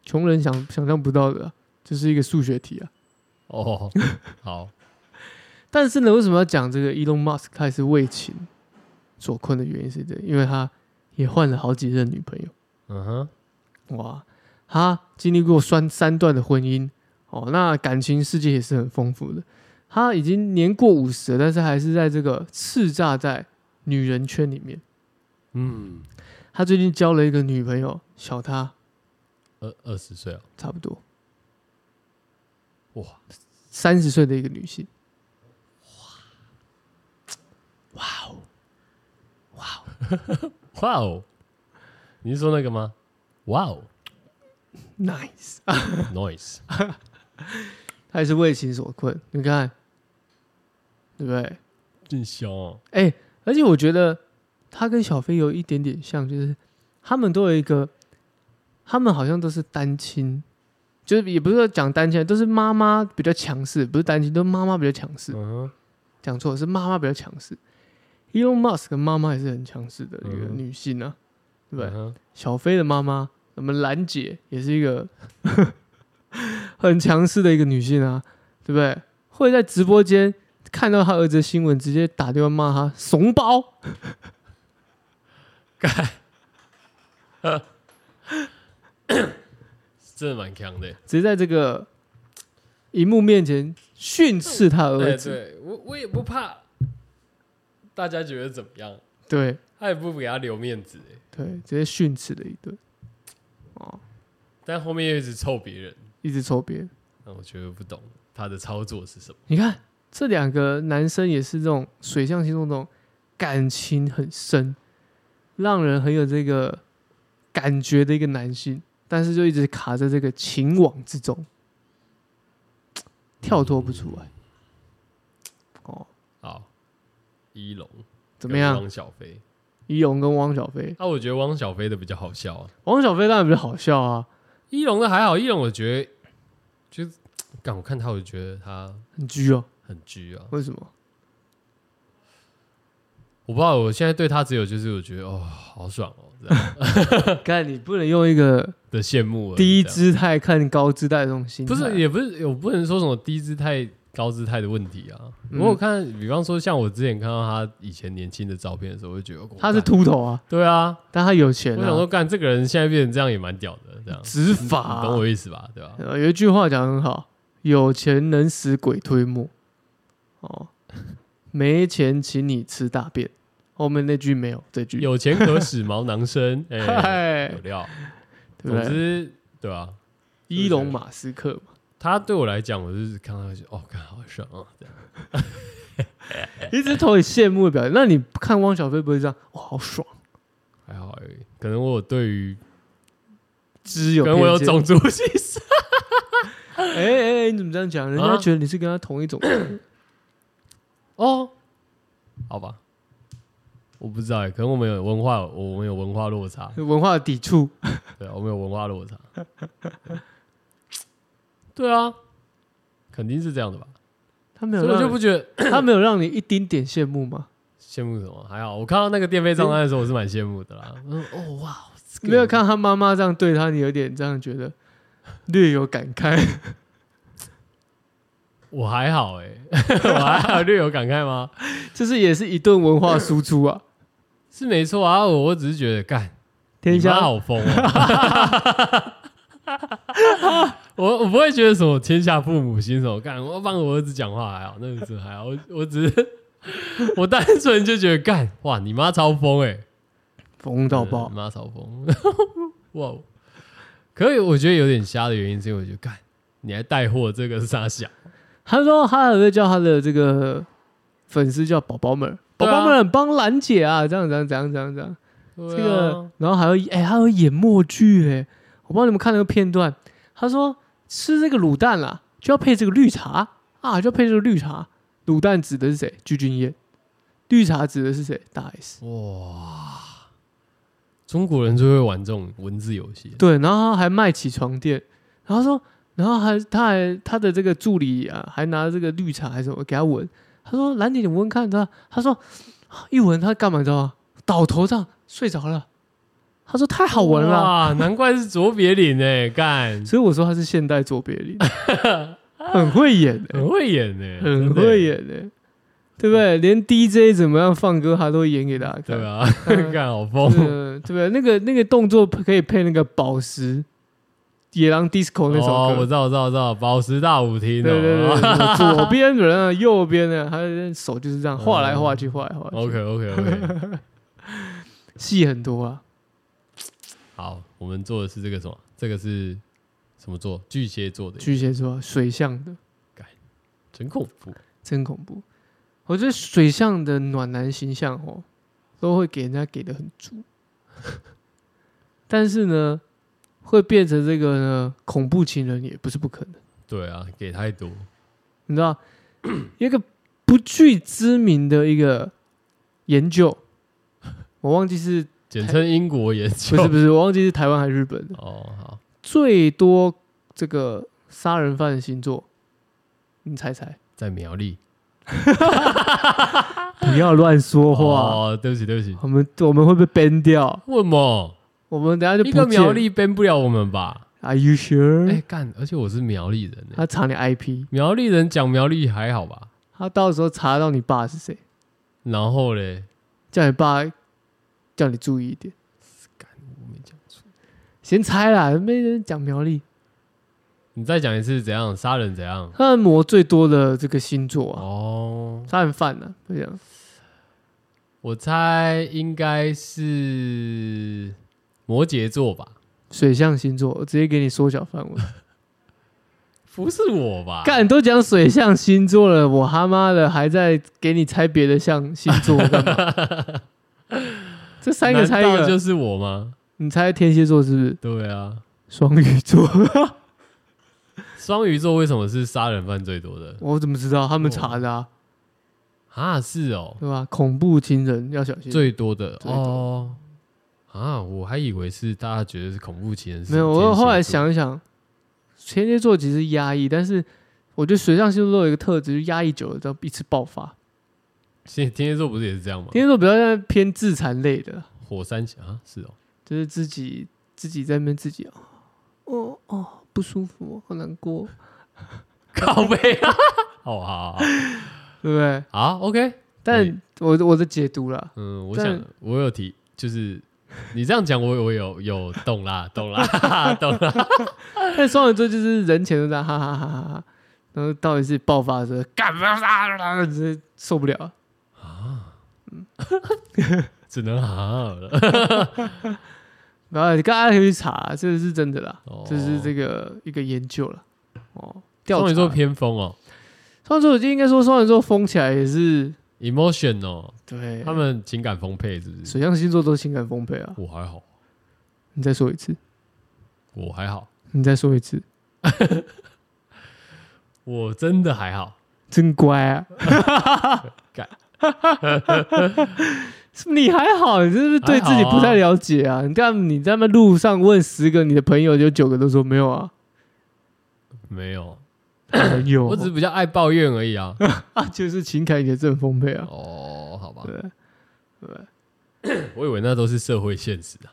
Speaker 2: 穷人想想象不到的，就是一个数学题啊。
Speaker 1: 哦，好，
Speaker 2: 但是呢，为什么要讲这个 Elon Musk 他也是为情所困的原因是这个因为他也换了好几任女朋友，
Speaker 1: 嗯哼，
Speaker 2: 哇，他经历过三三段的婚姻，哦，那感情世界也是很丰富的。他已经年过五十了，但是还是在这个叱咤在女人圈里面。
Speaker 1: 嗯，
Speaker 2: 他最近交了一个女朋友，小他
Speaker 1: 二二十岁啊了，
Speaker 2: 差不多
Speaker 1: 哇，
Speaker 2: 三十岁的一个女性。
Speaker 1: 哇哦，你是说那个吗？哇 哦
Speaker 2: Nice，
Speaker 1: ，noise，
Speaker 2: 他也是为情所困。你看，对不对？
Speaker 1: 真香哦，
Speaker 2: 哎、而且我觉得他跟小飞有一点点像，就是他们都有一个，他们好像都是单亲，就是也不是说讲单亲，都是妈妈比较强势，不是单亲，都是妈妈比较强势。
Speaker 1: 嗯哼，
Speaker 2: 讲错了，是妈妈比较强势。Elon Musk 的妈妈也是很强势的一个
Speaker 1: 嗯哼
Speaker 2: 女性啊，对不对
Speaker 1: 嗯？哼，
Speaker 2: 小飞的妈妈，我们兰姐也是一个 很强势的一个女性啊，对不对？会在直播间看到她儿子的新闻，直接打电话骂他怂包，
Speaker 1: 真的蛮强的。欸
Speaker 2: 直接在这个荧幕面前训斥他儿
Speaker 1: 对
Speaker 2: 子。
Speaker 1: 对，我我也不怕大家觉得怎么样，
Speaker 2: 对
Speaker 1: 他也不给他留面子哎，
Speaker 2: 对，直接训斥了一顿，哦，
Speaker 1: 但后面又一直臭别人，
Speaker 2: 一直抽别人。
Speaker 1: 那我觉得不懂他的操作是什么。
Speaker 2: 你看这两个男生也是这种水象星座，这种感情很深，让人很有这个感觉的一个男性，但是就一直卡在这个情网之中，跳脱不出来。哦，
Speaker 1: 好，一龙
Speaker 2: 怎么样？
Speaker 1: 汪小菲
Speaker 2: 一龙跟汪小菲，
Speaker 1: 啊，我觉得汪小菲的比较好笑啊，
Speaker 2: 汪小菲当然比较好笑啊，
Speaker 1: 一龙的还好，一龙我觉得就是，干我看他我就觉得他
Speaker 2: 很拘哦。
Speaker 1: 很拘啊，
Speaker 2: 为什么？
Speaker 1: 我不知道我现在对他只有就是我觉得哦好爽哦这样
Speaker 2: 看你不能用一个
Speaker 1: 的羡慕而已
Speaker 2: 低
Speaker 1: 这样
Speaker 2: 姿态看高姿态的这种心态，
Speaker 1: 不是，也不是，我不能说什么低姿态、高姿态的问题啊。
Speaker 2: 嗯
Speaker 1: 我有看，比方说像我之前看到他以前年轻的照片的时候，我就觉得哦
Speaker 2: 他是
Speaker 1: 干
Speaker 2: 秃头啊，
Speaker 1: 对啊，
Speaker 2: 但他有钱
Speaker 1: 我
Speaker 2: 啊，
Speaker 1: 想说，干这个人现在变成这样也蛮屌的，这样
Speaker 2: 执法啊、
Speaker 1: 你懂我意思吧？对吧？
Speaker 2: 呃，有一句话讲得很好，有钱能使鬼推磨，哦，没钱请你吃大便。后面那句没有这句，
Speaker 1: 有钱可使毛囊 生，哎，
Speaker 2: 嗨
Speaker 1: 有，料。
Speaker 2: 对不
Speaker 1: 总
Speaker 2: 对？
Speaker 1: 之，对啊，
Speaker 2: 伊隆马斯克嘛，
Speaker 1: 他对我来讲，我就是看到他就哦，看好爽啊，这样
Speaker 2: 一直投以羡慕的表情。那你看汪小菲不会这样，哇，好爽，
Speaker 1: 还好而已。可能我有对于
Speaker 2: 只有
Speaker 1: 可能我有
Speaker 2: 偏见。
Speaker 1: 种族歧视，
Speaker 2: 哎哎哎，你怎么这样讲？人家
Speaker 1: 啊
Speaker 2: 觉得你是跟他同一种人。
Speaker 1: 哦，好吧，我不知道哎，可能我们有文化，我们有文化落差，
Speaker 2: 文化的抵触，
Speaker 1: 对，啊我们有文化落差。对啊，肯定是这样的吧？
Speaker 2: 他没
Speaker 1: 所
Speaker 2: 有
Speaker 1: 以我
Speaker 2: 让
Speaker 1: 就
Speaker 2: 你
Speaker 1: 不觉得
Speaker 2: 他没有让你一丁点羡慕吗？
Speaker 1: 羡慕什么，还好我看到那个电费账单的时候，我是蛮羡慕的啦。嗯，哦哇，这个
Speaker 2: 没有看到他妈妈这样对他，你有点这样觉 得，略有感慨。
Speaker 1: 我还好哎、 我还好略有感慨吗？
Speaker 2: 就是也是一顿文化输出啊。
Speaker 1: 是没错啊，我我只是觉得干
Speaker 2: 天
Speaker 1: 你妈
Speaker 2: 下
Speaker 1: 好疯哦。 我我不会觉得什么天下父母心什么干，我帮我儿子讲话还好，那个真的还好，我我只是我单纯就觉得干哇，你妈超疯哎、
Speaker 2: 疯到爆
Speaker 1: 对，妈嘲讽， 哇哦！可以，我觉得有点瞎的原因是因为我觉得干，你还带货这个是啥想？
Speaker 2: 他说他还会叫他的这个粉丝叫宝宝们儿，宝
Speaker 1: 对啊
Speaker 2: 宝们儿很帮兰姐啊，这样这样这样这样这样，
Speaker 1: 这
Speaker 2: 这个然后还会哎，还会演默剧哎，我帮你们看那个片段，他说吃这个卤蛋啦，就要配这个绿茶啊，就要配这个绿茶，卤蛋指的是谁？具俊晔，绿茶指的是谁？大 S。
Speaker 1: 哇，中国人就会玩这种文字游戏，
Speaker 2: 对，然后他还卖起床垫，然后说，然后还他还他的这个助理啊，还拿这个绿茶还是什么给他闻，他说兰姐你闻闻看，你知道？他说一闻他干嘛你知道吗？倒头上睡着了，他说太好啊闻了，
Speaker 1: 哇，难怪是卓别林哎、 干
Speaker 2: 所以我说他是现代卓别林，很 会演、欸，
Speaker 1: 很会演哎、
Speaker 2: 很
Speaker 1: 真的
Speaker 2: 会
Speaker 1: 欸，
Speaker 2: 演哎、对不对？连 DJ 怎么样放歌，他都会演给大家看
Speaker 1: 对。啊 吧？
Speaker 2: 嗯
Speaker 1: 干好
Speaker 2: 对
Speaker 1: 疯，
Speaker 2: 对不对？那个那个动作可以配那个宝石《野狼 DISCO》那首歌，
Speaker 1: 哦，我知道，我知道，我知道，宝石大舞厅、哦，
Speaker 2: 对对对，什么左边人啊，右边呢，他的手就是这样画来画去，画来画去。
Speaker 1: ，OK OK OK，
Speaker 2: 戏很多啊，
Speaker 1: 好，我们做的是这个什么？这个是什么座？巨蟹座的，
Speaker 2: 巨蟹座啊水象的
Speaker 1: 真恐怖。
Speaker 2: 真恐怖。我觉得水象的暖男形象哦，都会给人家给的很足， 但是呢，会变成这个呢恐怖情人也不是不可能。
Speaker 1: 对啊，给太多，
Speaker 2: 你知道，有一个不具知名的一个研究，我忘记是
Speaker 1: 简称英国研究。
Speaker 2: 不是不是，我忘记是台湾还是日本的。
Speaker 1: 哦，好，
Speaker 2: 最多这个杀人犯的星座，你猜猜？
Speaker 1: 在苗栗。
Speaker 2: 不要乱说话，
Speaker 1: 哦，对不起对不起，
Speaker 2: 我们我们会被 ban 掉，
Speaker 1: 为什么
Speaker 2: 我们等下就
Speaker 1: 一
Speaker 2: 不
Speaker 1: 个
Speaker 2: 见嗯
Speaker 1: 苗栗编不了我们吧？
Speaker 2: Are you
Speaker 1: 哎、
Speaker 2: sure？
Speaker 1: 干，而且我是苗栗人、欸，
Speaker 2: 他查你 IP，
Speaker 1: 苗栗人讲苗栗还好吧？
Speaker 2: 他到时候查到你爸是谁，
Speaker 1: 然后嘞，
Speaker 2: 叫你爸叫你注意一点。
Speaker 1: 干我没讲错，
Speaker 2: 先猜啦，没人讲苗栗，
Speaker 1: 你再讲一次，怎样杀人怎样？
Speaker 2: 杀人魔最多的这个星座啊，
Speaker 1: 哦，
Speaker 2: 杀人犯呢、啊，不讲
Speaker 1: 我猜应该是摩羯座吧？
Speaker 2: 水象星座，我直接给你缩小范围。
Speaker 1: 不是我吧？
Speaker 2: 干都讲水象星座了，我他妈的还在给你猜别的象星座干嘛？ 这三个猜一
Speaker 1: 难道
Speaker 2: 个，
Speaker 1: 就是我吗？
Speaker 2: 你猜天蝎座是不是？
Speaker 1: 对啊，
Speaker 2: 双 鱼座，
Speaker 1: 双鱼座为什么是杀人犯最多的
Speaker 2: 我怎么知道？他们查
Speaker 1: 哦
Speaker 2: 的啊，
Speaker 1: 啊？是哦，
Speaker 2: 对吧？恐怖情人要小心。
Speaker 1: 最多的
Speaker 2: 最多
Speaker 1: 哦啊！我还以为是大家觉得是恐怖情人，
Speaker 2: 没有，我后来，想一想，天蝎座其实压抑，但是我觉得水象星座都有一个特质，就是压抑久了之后一次爆发。
Speaker 1: 天天蝎座不是也是这样吗？
Speaker 2: 天蝎座比较像偏自残类的，
Speaker 1: 火山小啊，是哦，
Speaker 2: 就是自己自己在那边自己哦哦哦不舒服，好难过，
Speaker 1: 靠背啊，好好好
Speaker 2: 对不对？
Speaker 1: 好，OK，
Speaker 2: 但我我的解读啦，
Speaker 1: 嗯，我
Speaker 2: 但
Speaker 1: 想我有提，就是你这样讲，我我有有懂啦，懂啦，哈哈懂啦，
Speaker 2: 但双鱼座就是人前都在哈哈哈哈哈，然后到底是爆发的时候干不要杀了，直接受不了。
Speaker 1: 只能啊了。
Speaker 2: 然后大家可以去查，这个是真的啦，
Speaker 1: 哦
Speaker 2: 这是这个一个研究了。哦，调
Speaker 1: 双鱼
Speaker 2: 查
Speaker 1: 座偏疯哦
Speaker 2: 双鱼座就应该说双鱼座疯起来也是
Speaker 1: ，emotion 哦，
Speaker 2: 对，
Speaker 1: 他们情感丰沛是不是？
Speaker 2: 水象星座都情感丰沛啊。
Speaker 1: 我还好，
Speaker 2: 你再说一次，
Speaker 1: 我还好，
Speaker 2: 你再说一次，
Speaker 1: 我真的还好。！
Speaker 2: 真乖啊
Speaker 1: 干，
Speaker 2: 你还好，你是不是对自己不太了解啊？你看你在那路上问十个你的朋友，有九个都说没有啊，
Speaker 1: 没有，哎
Speaker 2: 没 有，
Speaker 1: 我只是比较爱抱怨而已啊。
Speaker 2: 啊，就是情感也正丰沛啊。
Speaker 1: 哦，好吧，
Speaker 2: 对，
Speaker 1: 我以为那都是社会现实啊。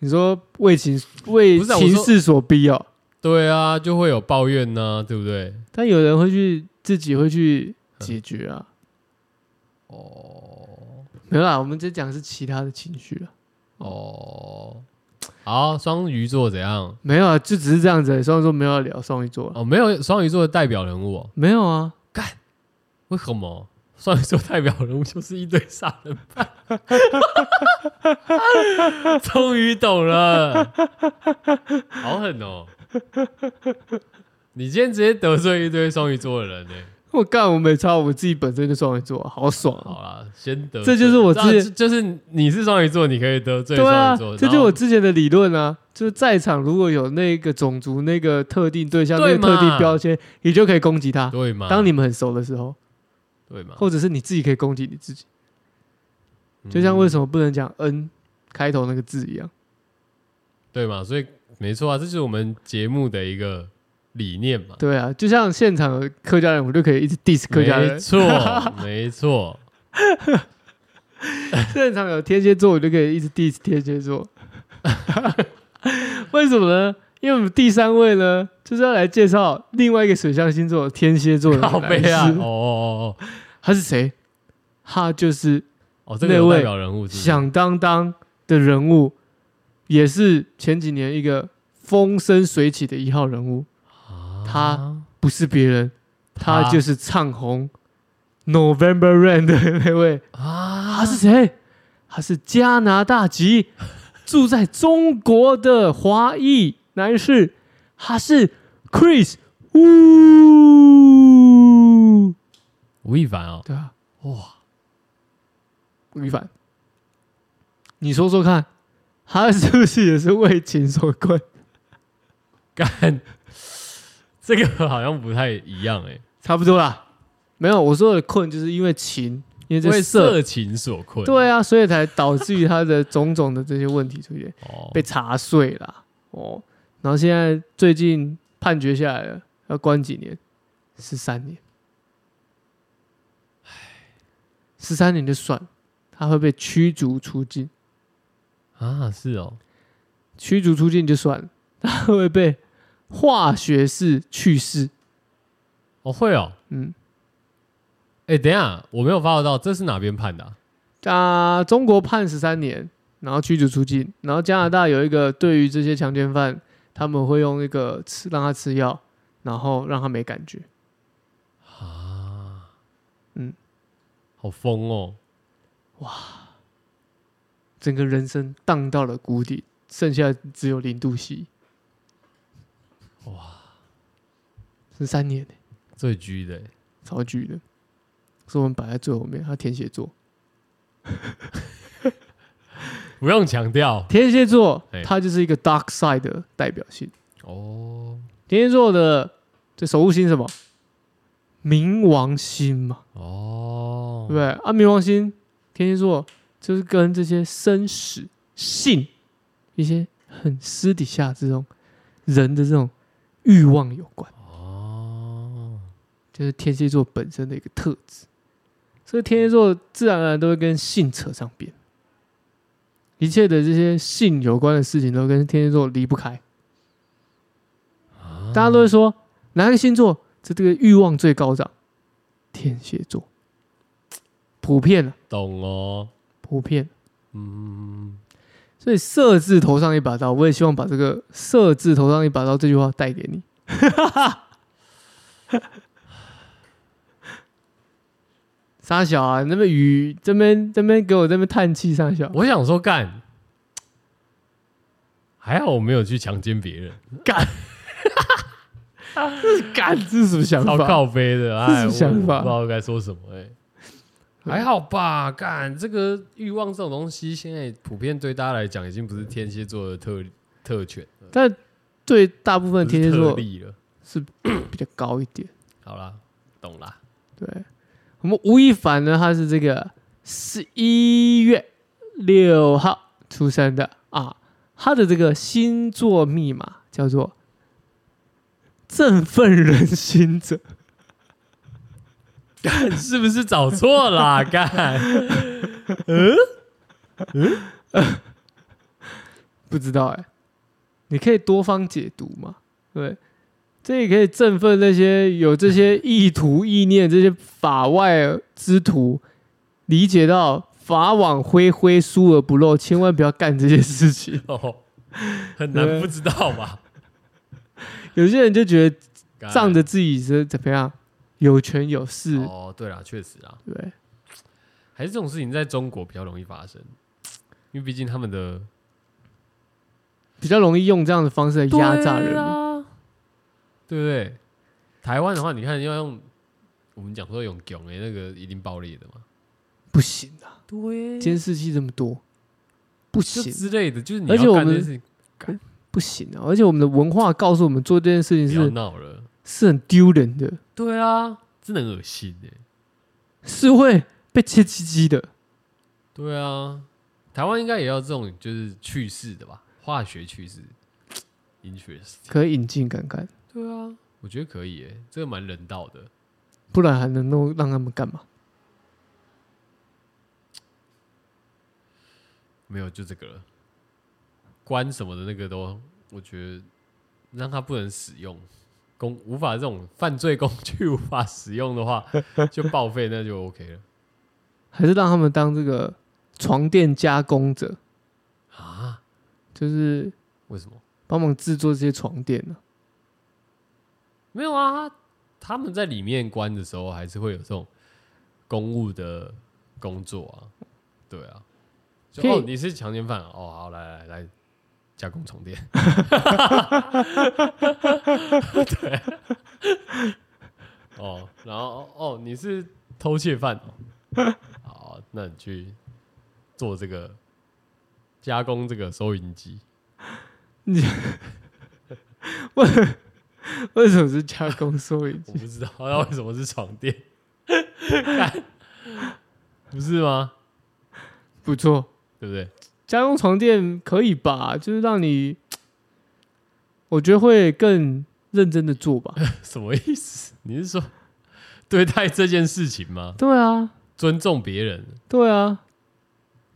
Speaker 2: 你说为情为
Speaker 1: 不是啊我
Speaker 2: 情
Speaker 1: 说
Speaker 2: 势所逼哦，
Speaker 1: 对啊，就会有抱怨呐、对不对？
Speaker 2: 但有人会去自己会去解决啊。
Speaker 1: 哦
Speaker 2: 没有啦，我们这讲的是其他的情绪啊。
Speaker 1: 哦，好，双鱼座怎样？
Speaker 2: 没有啊，就只是这样子而已。双鱼座没有要聊双鱼座啊，
Speaker 1: 哦，没有双鱼座的代表人物、哦，
Speaker 2: 没有啊，
Speaker 1: 为什么？双鱼座代表人物就是一堆杀人犯。 终于懂了，好狠哦！你今天直接得罪一堆双鱼座的人呢、
Speaker 2: 我干，我没差，我自己本身就双鱼座啊，好爽啊！
Speaker 1: 好啦，先得罪，
Speaker 2: 这就是我之前
Speaker 1: 啊就就是你是双鱼座，你可以得罪
Speaker 2: 对
Speaker 1: 双
Speaker 2: 啊
Speaker 1: 鱼座，，
Speaker 2: 这
Speaker 1: 然
Speaker 2: 就是
Speaker 1: 后
Speaker 2: 我之前的理论啊，就是在场如果有那个种族、那个特定对象、那
Speaker 1: 对
Speaker 2: 个
Speaker 1: 嘛
Speaker 2: 特定标签，你就可以攻击他。
Speaker 1: 对嘛，嗯
Speaker 2: 当你们很熟的时候，
Speaker 1: 对嘛，
Speaker 2: 或者是你自己可以攻击你自己，就像为
Speaker 1: 么、
Speaker 2: 什么不能讲 “n” 开头那个字一样。
Speaker 1: 对嘛，所以没错啊，这就是我们节目的一个理念嘛，
Speaker 2: 对啊，就像现场的客家人，我就可以一直 diss 客家
Speaker 1: 没
Speaker 2: 人；
Speaker 1: 错，没 错，
Speaker 2: 现场有天蝎座，我就可以一直 diss 天蝎座。 为什么呢？因为我们第三位呢，就是要来介绍另外一个水象星座天蝎座的
Speaker 1: 靠
Speaker 2: 男
Speaker 1: 背啊，
Speaker 2: 士
Speaker 1: 哦哦哦
Speaker 2: 他是谁？他就是
Speaker 1: 哦，这个有
Speaker 2: 那位
Speaker 1: 代表人物是不是
Speaker 2: 响当当的人物，也是前几年一个风生水起的一号人物，
Speaker 1: 啊
Speaker 2: 他不是别人，
Speaker 1: 他
Speaker 2: 他就是唱红 November Rain 的那位
Speaker 1: 啊
Speaker 2: 他是谁？他是加拿大籍住在中国的华裔男士，他是 Chris Wu，
Speaker 1: 吴亦凡哦，
Speaker 2: 对啊，
Speaker 1: 哇，
Speaker 2: 吴亦凡，你说说看，他是不是也是为情所困？
Speaker 1: 干，这个好像不太一样哎、
Speaker 2: 差不多啦，没有，我说的困就是因为情，因为这
Speaker 1: 为
Speaker 2: 色，
Speaker 1: 色情所困，
Speaker 2: 对啊，所以才导致于他的种种的这些问题出现。
Speaker 1: 哦，
Speaker 2: 被查税啦，哦，然后现在最近判决下来了，要关几年？十三年。十三年就算，他会被驱逐出境，
Speaker 1: 啊是哦，
Speaker 2: 驱逐出境就算了，他会被化学式去世。
Speaker 1: 哦会哦，
Speaker 2: 嗯，
Speaker 1: 哎、等一下，我没有发 o 到，这是哪边判的啊、
Speaker 2: 啊、中国判十三年，然后驱逐出境，然后加拿大有一个对于这些强奸犯他们会用一个吃让他吃药，然后让他没感觉。
Speaker 1: 啊，
Speaker 2: 嗯，
Speaker 1: 好疯哦！
Speaker 2: 整个人生荡到了谷底，剩下只有零度 C。哇，十三年、欸，
Speaker 1: 最居的欸，
Speaker 2: 超巨的，是我们摆在最后面。他天蝎座，
Speaker 1: 不用强调
Speaker 2: 天蝎座
Speaker 1: 嘿
Speaker 2: 他就是一个 dark side 的代表性。
Speaker 1: 哦
Speaker 2: 天蝎座的这守护星是什么？冥王星嘛，对
Speaker 1: 哦
Speaker 2: 不，对？啊，冥王星，天蝎座就是跟这些生死、性一些很私底下这种人的这种欲望有关。
Speaker 1: 哦，
Speaker 2: 就是天蝎座本身的一个特质，所以天蝎座自然而然都会跟性扯上边，一切的这些性有关的事情都跟天蝎座离不开。大家都会说哪个星座这这个欲望最高涨？天蝎座，普遍了、
Speaker 1: 懂哦，
Speaker 2: 普遍。
Speaker 1: 嗯，
Speaker 2: 所以“色字头上一把刀”，我也希望把这个“色字头上一把刀”这句话带给 你。傻小啊，你那边雨这边这边给我这边叹气，傻小
Speaker 1: 我想说干，还好我没有去强奸别人，
Speaker 2: 干这是什么想
Speaker 1: 超
Speaker 2: 法？
Speaker 1: 靠背 的，
Speaker 2: 这是
Speaker 1: 哎，
Speaker 2: 什
Speaker 1: 我
Speaker 2: 么想法
Speaker 1: 我不知道该说什么，哎，还好吧，干这个欲望这种东西，现在普遍对大家来讲已经不是天蝎座的特特权，
Speaker 2: 但对大部分
Speaker 1: 不是
Speaker 2: 天蝎
Speaker 1: 特
Speaker 2: 座
Speaker 1: 例了，
Speaker 2: 是比较高一点。
Speaker 1: 好啦，懂 啦，
Speaker 2: 对，我们吴亦凡呢，他是这个十一月六号出生的啊，他的这个星座密码叫做振奋人心者。
Speaker 1: 是不是找错啦？干。
Speaker 2: 不知道哎、你可以多方解读嘛？对，这也可以振奋那些有这些意图、意念、这些法外之徒，理解到法网恢恢，疏而不漏，千万不要干这些事情。
Speaker 1: 哦，很难不知道吧？
Speaker 2: 有些人就觉得
Speaker 1: 干
Speaker 2: 仗着自己是怎么样有权有势，
Speaker 1: 哦，对啦，确实啦，
Speaker 2: 对，
Speaker 1: 还是这种事情在中国比较容易发生，因为毕竟他们的
Speaker 2: 比较容易用这样的方式来压榨
Speaker 1: 对
Speaker 2: 人民。
Speaker 1: 啊对不对？台湾的话，你看要用我们讲说用囧的那个一定爆裂的嘛，
Speaker 2: 不行啊，
Speaker 1: 对
Speaker 2: 监视器这么多，不
Speaker 1: 就
Speaker 2: 行，
Speaker 1: 之类的，就是你
Speaker 2: 而且
Speaker 1: 要
Speaker 2: 我
Speaker 1: 干这
Speaker 2: 们
Speaker 1: 件事情，
Speaker 2: 不行啊！而且我们的文化告诉我们做这件事情
Speaker 1: 不要
Speaker 2: 是
Speaker 1: 闹了，
Speaker 2: 是很丢人的，
Speaker 1: 对啊，真的很恶心哎、
Speaker 2: 是会被切鸡鸡的。
Speaker 1: 对啊，台湾应该也要这种就是去世的吧，化学去世，interest，
Speaker 2: 可以引进看看，
Speaker 1: 对啊，我觉得可以、欸，这个蛮人道的。
Speaker 2: 不然还能弄让他们干嘛？
Speaker 1: 没有，就这个了。关什么的那个都，我觉得让它不能使用，工无法这种犯罪工具无法使用的话，就报废那就 OK 了
Speaker 2: 还是让他们当这个床垫加工者，
Speaker 1: 啊？
Speaker 2: 就是
Speaker 1: 为什么？
Speaker 2: 帮忙制作这些床垫呢、
Speaker 1: 没有啊，他们在里面关的时候还是会有这种公务的工作啊，对啊。就
Speaker 2: 可以
Speaker 1: 哦，你是强奸犯啊哦，好，来来来，加工 床垫，对，啊哦，然后哦，你是偷窃犯哦，好，那你去做这个加工这个收银机，
Speaker 2: 为什么是加工收银
Speaker 1: 我
Speaker 2: 机？
Speaker 1: 不知道 那为什么是床垫， 干不是吗？
Speaker 2: 不错，
Speaker 1: 对不对？
Speaker 2: 家用床垫可以吧？就是让你，我觉得会更认真的做 吧。
Speaker 1: 什么意思？你是说对待这件事情吗？
Speaker 2: 对啊，
Speaker 1: 尊重别人？
Speaker 2: 对啊，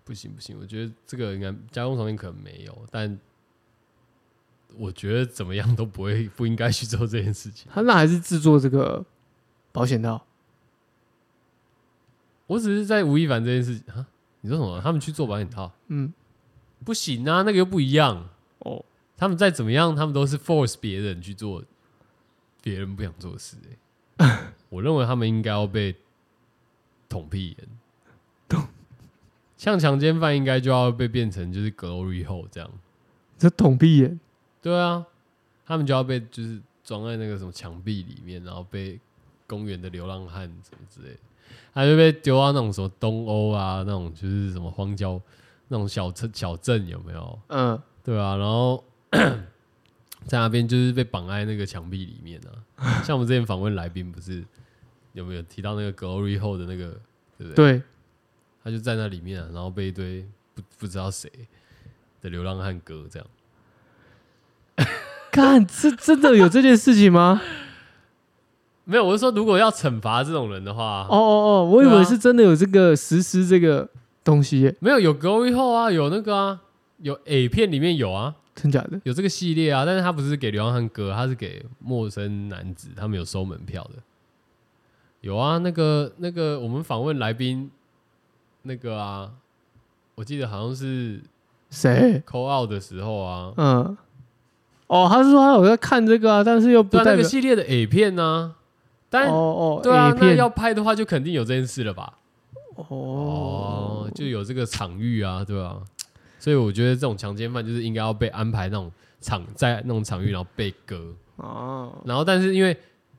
Speaker 1: 不行不行，我觉得这个应该加工床垫可能没有，但我觉得怎么样都不会不应该去做这件事情。
Speaker 2: 他那还是制作这个保险套，
Speaker 1: 我只是在吴亦凡这件事情啊，你说什么？他们去做保险套
Speaker 2: 嗯，
Speaker 1: 不行啊，那个又不一样。
Speaker 2: 哦，
Speaker 1: 他们再怎么样，他们都是 force 别人去做别人不想做的事、欸。我认为他们应该要被捅屁眼，像强奸犯应该就要被变成就是 glory hole 这样。
Speaker 2: 这捅屁眼，
Speaker 1: 对啊，他们就要被就是装在那个什么墙壁里面，然后被公园的流浪汉什么之类的，他就被丢到那种什么东欧啊，那种就是什么荒郊那种小镇小镇有没有？
Speaker 2: 嗯、
Speaker 1: 对啊，然后 在那边就是被绑在那个墙壁里面啊。像我们之前访问来宾，不是有没有提到那个 Glory Hole 的那个，对不对？
Speaker 2: 对，
Speaker 1: 他就在那里面、啊，然后被一堆不不知道谁的流浪汉哥这样。
Speaker 2: 看这真的有这件事情 吗？
Speaker 1: 没有，我是说，如果要惩罚这种人的话，
Speaker 2: 哦哦哦，我以
Speaker 1: 对
Speaker 2: 为
Speaker 1: 啊
Speaker 2: 是真的有这个实施这个东西耶，
Speaker 1: 没有有 Glory Hole 啊，有那个啊，有 A 片里面有啊，
Speaker 2: 真假的？
Speaker 1: 有这个系列啊，但是他不是给流浪汉哥，他是给陌生男子，他们有收门票的。有啊，那个那个，我们访问来宾那个啊，我记得好像是
Speaker 2: 谁？
Speaker 1: 扣 out 的时候啊，
Speaker 2: 嗯，哦，他是说他有在看这个啊，但是又不
Speaker 1: 对啊，
Speaker 2: 代
Speaker 1: 那个
Speaker 2: 表。
Speaker 1: 系列的 A 片呢、啊，但、
Speaker 2: 哦哦，
Speaker 1: 对啊
Speaker 2: A，
Speaker 1: 那
Speaker 2: 片
Speaker 1: 要拍的话就肯定有这件事了吧？
Speaker 2: 哦，
Speaker 1: 哦，就有这个场域啊，对吧、所以我觉得这种强奸犯就是应该要被安排那种场在那种场域，然后被割。
Speaker 2: 哦，
Speaker 1: 然后但是因为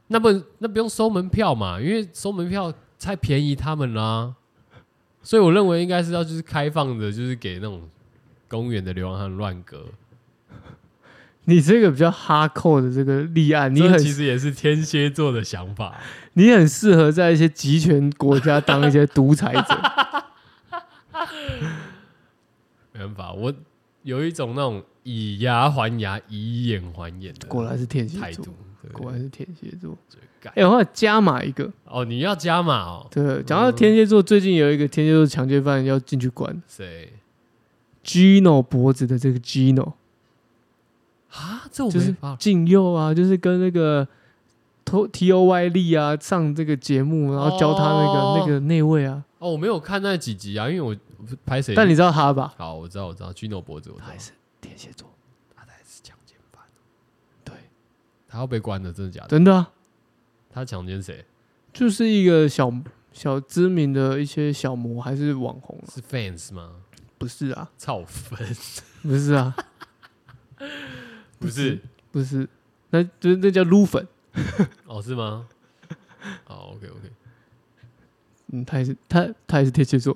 Speaker 1: 那不那不用收门票嘛，因为收门票太便宜他们啦、所以我认为应该是要就是开放的，就是给那种公园的流浪汉乱割。
Speaker 2: 你这个比较哈扣的这个立案，你
Speaker 1: 这
Speaker 2: 很
Speaker 1: 其实也是天蝎座的想法，
Speaker 2: 你很适合在一些集权国家当一些独裁 者。
Speaker 1: 没办法，我有一种那种以牙还牙、以眼还眼的
Speaker 2: 果然是天蝎
Speaker 1: 态
Speaker 2: 座
Speaker 1: 度，，对
Speaker 2: 果然是天蝎座。
Speaker 1: 就是干
Speaker 2: 哎、我要加码一个。
Speaker 1: 哦，你要加码哦，
Speaker 2: 对，讲到天蝎座，最近有一个天蝎座强奸犯要进去关
Speaker 1: 谁
Speaker 2: Gino 脖子的这个 Gino，
Speaker 1: 啊？这我
Speaker 2: 就
Speaker 1: 没
Speaker 2: 是
Speaker 1: 办法
Speaker 2: 禁佑啊，就是跟那个 T T O Y 力啊上这个节目，然后教他那个、
Speaker 1: 哦
Speaker 2: 那个内位啊。
Speaker 1: 哦，我没有看那几集啊，因为我我拍谁？
Speaker 2: 但你知道他吧？
Speaker 1: 好，我知道，我知道，Gino 脖子，我知道
Speaker 2: 他也是天蝎座，
Speaker 1: 他才是强奸犯，
Speaker 2: 对，
Speaker 1: 他要被关的，真的假的？
Speaker 2: 真的、啊，
Speaker 1: 他强奸谁？
Speaker 2: 就是一个小小知名的一些小模还是网红啊，
Speaker 1: 是 fans 吗？
Speaker 2: 不是啊。
Speaker 1: 操粉
Speaker 2: 不是啊，
Speaker 1: 不是？
Speaker 2: 不是，那就是那叫撸粉。
Speaker 1: 哦，是吗？哦，OK OK，
Speaker 2: 嗯，他也是，他他也是天蝎座。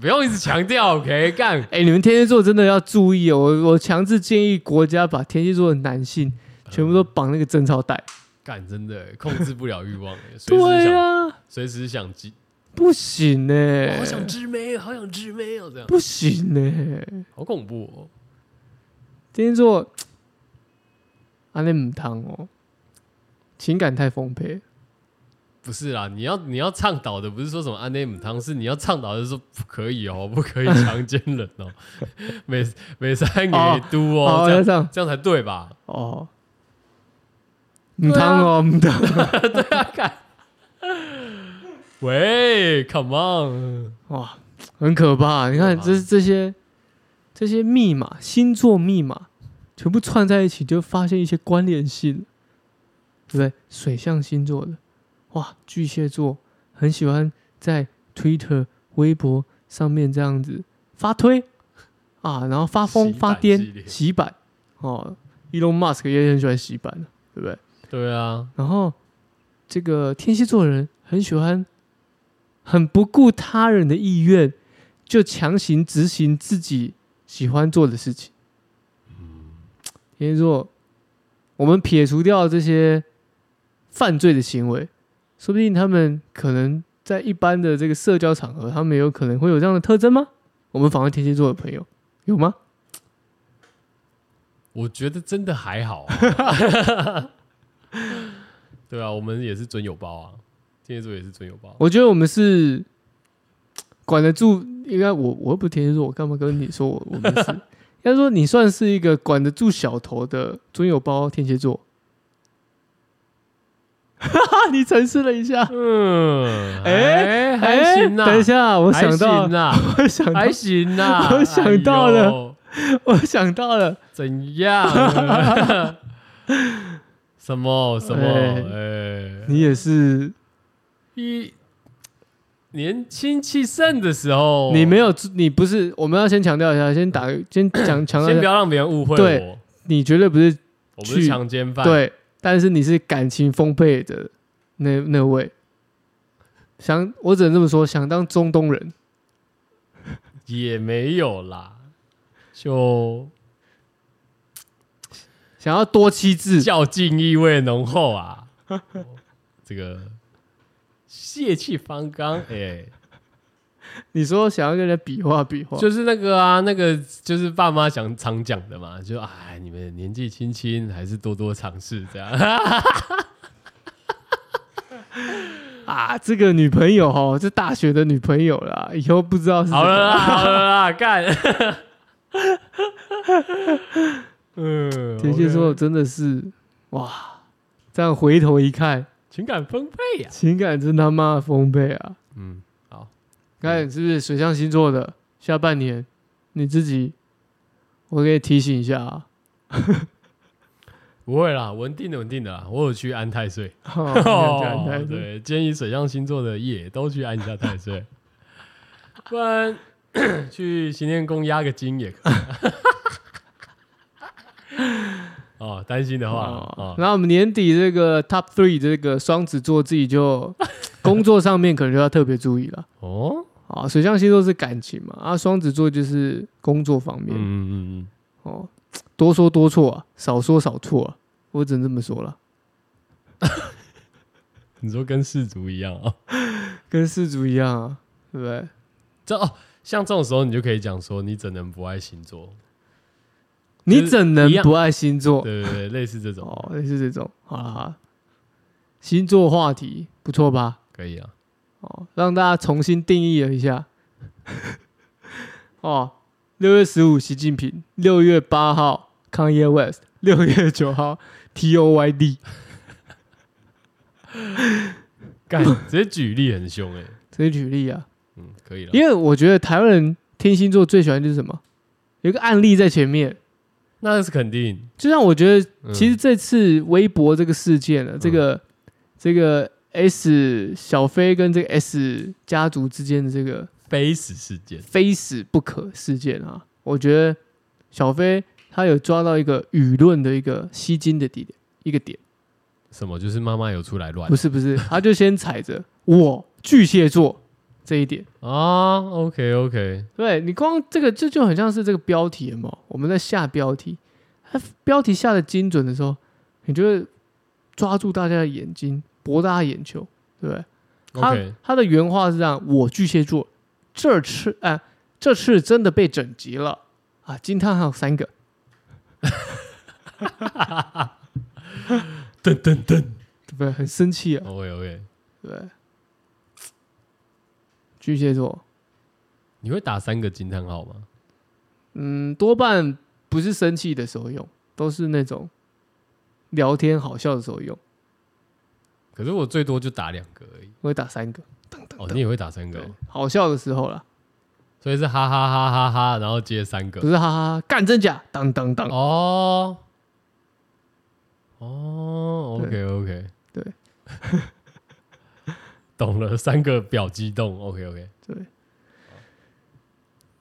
Speaker 1: 不用一直强调，OK，干
Speaker 2: 哎、你们天蝎座真的要注意哦！我我强制建议国家把天蝎座的男性
Speaker 1: 嗯
Speaker 2: 全部都绑那个贞操带。
Speaker 1: 干，真的欸控制不了欲望欸，随时
Speaker 2: 对
Speaker 1: 想，
Speaker 2: 啊，
Speaker 1: 随时想激，
Speaker 2: 不行呢、
Speaker 1: 我好想知妹，好想知妹哦，这样
Speaker 2: 不行呢、
Speaker 1: 好恐怖哦。
Speaker 2: 天蝎座，阿内姆汤哦，情感太丰沛。
Speaker 1: 不是啦，你要你要倡导的不是说什么安内姆汤，是你要倡导的是说不可以哦，不可以强奸人哦， 每每三
Speaker 2: 哦
Speaker 1: 给都哦，
Speaker 2: 哦，
Speaker 1: 这
Speaker 2: 要
Speaker 1: 样
Speaker 2: 这样
Speaker 1: 这样才对吧？
Speaker 2: 哦，姆汤
Speaker 1: 啊
Speaker 2: 哦，姆汤。
Speaker 1: 喂，Come on，
Speaker 2: 哇，很可怕！你看，
Speaker 1: 可怕
Speaker 2: 这这些这些密码、星座密码全部串在一起，就发现一些关联性，对不对？水象星座的，哇，巨蟹座很喜欢在 Twitter、微博上面这样子发推啊，然后发疯、
Speaker 1: 洗版
Speaker 2: 发
Speaker 1: 系
Speaker 2: 癫、
Speaker 1: 列
Speaker 2: 洗版哦。Elon Musk 也很喜欢洗版的，对不对？
Speaker 1: 对啊，
Speaker 2: 然后这个天蝎座的人很喜欢，很不顾他人的意愿，就强行执行自己喜欢做的事情。天蝎座，我们撇除掉这些犯罪的行为，说不定他们可能在一般的这个社交场合，他们有可能会有这样的特征吗？我们访问天蝎座的朋友有吗？
Speaker 1: 我觉得真的还好、啊， 对啊，我们也是准有包啊，天蝎座也是准有包，
Speaker 2: 我觉得我们是管得住，应该我我又不是天蝎座，我干嘛跟你说我我们 是？应该说你算是一个管得住小头的尊友包天蝎座。哈哈， 你沉思了一下，
Speaker 1: 嗯，
Speaker 2: 哎
Speaker 1: 哎、还行啊，
Speaker 2: 等一下，我
Speaker 1: 还
Speaker 2: 想到，
Speaker 1: 行啊，
Speaker 2: 我想到
Speaker 1: 还行啊，
Speaker 2: 我想到了
Speaker 1: 哎呦
Speaker 2: 我想到了，
Speaker 1: 怎样？ 什么什么？
Speaker 2: 哎
Speaker 1: 哎、
Speaker 2: 你也是，
Speaker 1: 一年轻气盛的时候，
Speaker 2: 你没有，你不是，我们要先强调一下，先打，先讲强调
Speaker 1: 先
Speaker 2: 一
Speaker 1: 不
Speaker 2: 下，
Speaker 1: 要让别人误会
Speaker 2: 对
Speaker 1: 我，
Speaker 2: 你绝对不是
Speaker 1: 我不是
Speaker 2: 去
Speaker 1: 强奸犯。，
Speaker 2: 对，但是你是感情丰沛的那那位。想，我只能这么说，想当中东人，
Speaker 1: 也没有啦，就
Speaker 2: 想要多妻制，
Speaker 1: 较劲意味浓厚啊，这个血气方刚，哎、
Speaker 2: 你说想要跟人家比划比划，
Speaker 1: 就是那个啊，那个就是爸妈想常讲的嘛，就哎，你们年纪轻轻，还是多多尝试这样。
Speaker 2: 啊，这个女朋友哦，这大学的女朋友啦，以后不知道是
Speaker 1: 好
Speaker 2: 什么
Speaker 1: 了啦，好了啦，干。嗯，
Speaker 2: 天蝎座
Speaker 1: OK
Speaker 2: 真的是哇，这样回头一看，
Speaker 1: 情感丰沛呀、
Speaker 2: 情感真他妈的丰沛啊！
Speaker 1: 嗯，好，
Speaker 2: 看是不是水象星座的下半年，你自己，我给你提醒一下 啊。
Speaker 1: 不会啦，稳定的稳定的啦，我有去安太岁。
Speaker 2: 哦原来是
Speaker 1: 对，建议水象星座的也都去按一下太岁，不然去行天宫压个金也可以。哦，担心的话
Speaker 2: 哦
Speaker 1: 哦，
Speaker 2: 然后我们年底这个 Top Three 这个双子座自己 就工作上面可能就要特别注意了
Speaker 1: 哦，
Speaker 2: 啊。水象星座是感情嘛，啊，双子座就是工作方面、
Speaker 1: 嗯嗯嗯
Speaker 2: 哦，多说多错啊，少说少错啊，我只能这么说了，
Speaker 1: 嗯，你说跟氏族一样哦，
Speaker 2: 跟世族一样啊，对不对？
Speaker 1: 这哦，像这种时候你就可以讲说你怎能不爱星座？
Speaker 2: 你怎能
Speaker 1: 一样
Speaker 2: 不爱星座？
Speaker 1: 对对对，类似这种
Speaker 2: 哦，类似这种，好了好了，星座话题不错吧？
Speaker 1: 可以啊，
Speaker 2: 哦，让大家重新定义了一下。 哦，六月十五习近平，六月八号 Kanye West，六月九号 T O Y D，
Speaker 1: 干直接举例很凶哎，
Speaker 2: 这些举例啊。
Speaker 1: 嗯，可以了，
Speaker 2: 因为我觉得台湾人听星座最喜欢就是什么，有一个案例在前面。
Speaker 1: 那是肯定，
Speaker 2: 就像我觉得，
Speaker 1: 嗯
Speaker 2: 其实这次微博这个事件呢、这个这个 S 小飞跟这个 S 家族之间的这个
Speaker 1: 非死事件，
Speaker 2: 非死不可事件啊，我觉得小飞他有抓到一个舆论的一个吸睛的地点，一个点，
Speaker 1: 什么就是妈妈有出来乱
Speaker 2: 不是不是，他就先踩着我巨蟹座这一点，
Speaker 1: 啊，OK OK，
Speaker 2: 对你光这个这就很像是这个标题嘛，我们在下标题，它标题下的精准的时候，你就会抓住大家的眼睛，博大家眼球，对不对？他
Speaker 1: OK，
Speaker 2: 他的原话是这样：我巨蟹座，这次啊、这次真的被整急了啊！惊叹号三个，
Speaker 1: 噔噔噔
Speaker 2: 对不对？很生气啊，
Speaker 1: ，OK OK，
Speaker 2: 对不对。巨蟹座，
Speaker 1: 你会打三个惊叹号吗？
Speaker 2: 嗯，多半不是生气的时候用，都是那种聊天好笑的时候用，
Speaker 1: 可是我最多就打两个而已。
Speaker 2: 我会打三个。
Speaker 1: 哦，你也会打三个
Speaker 2: 对
Speaker 1: 哦，，
Speaker 2: 好笑的时候啦，
Speaker 1: 所以是哈哈哈哈哈，然后接三个。
Speaker 2: 不是哈哈哈，干真假，当当当，
Speaker 1: 哦，哦，OK
Speaker 2: 对
Speaker 1: OK，
Speaker 2: 对，
Speaker 1: 懂了，三个表激动，OK OK，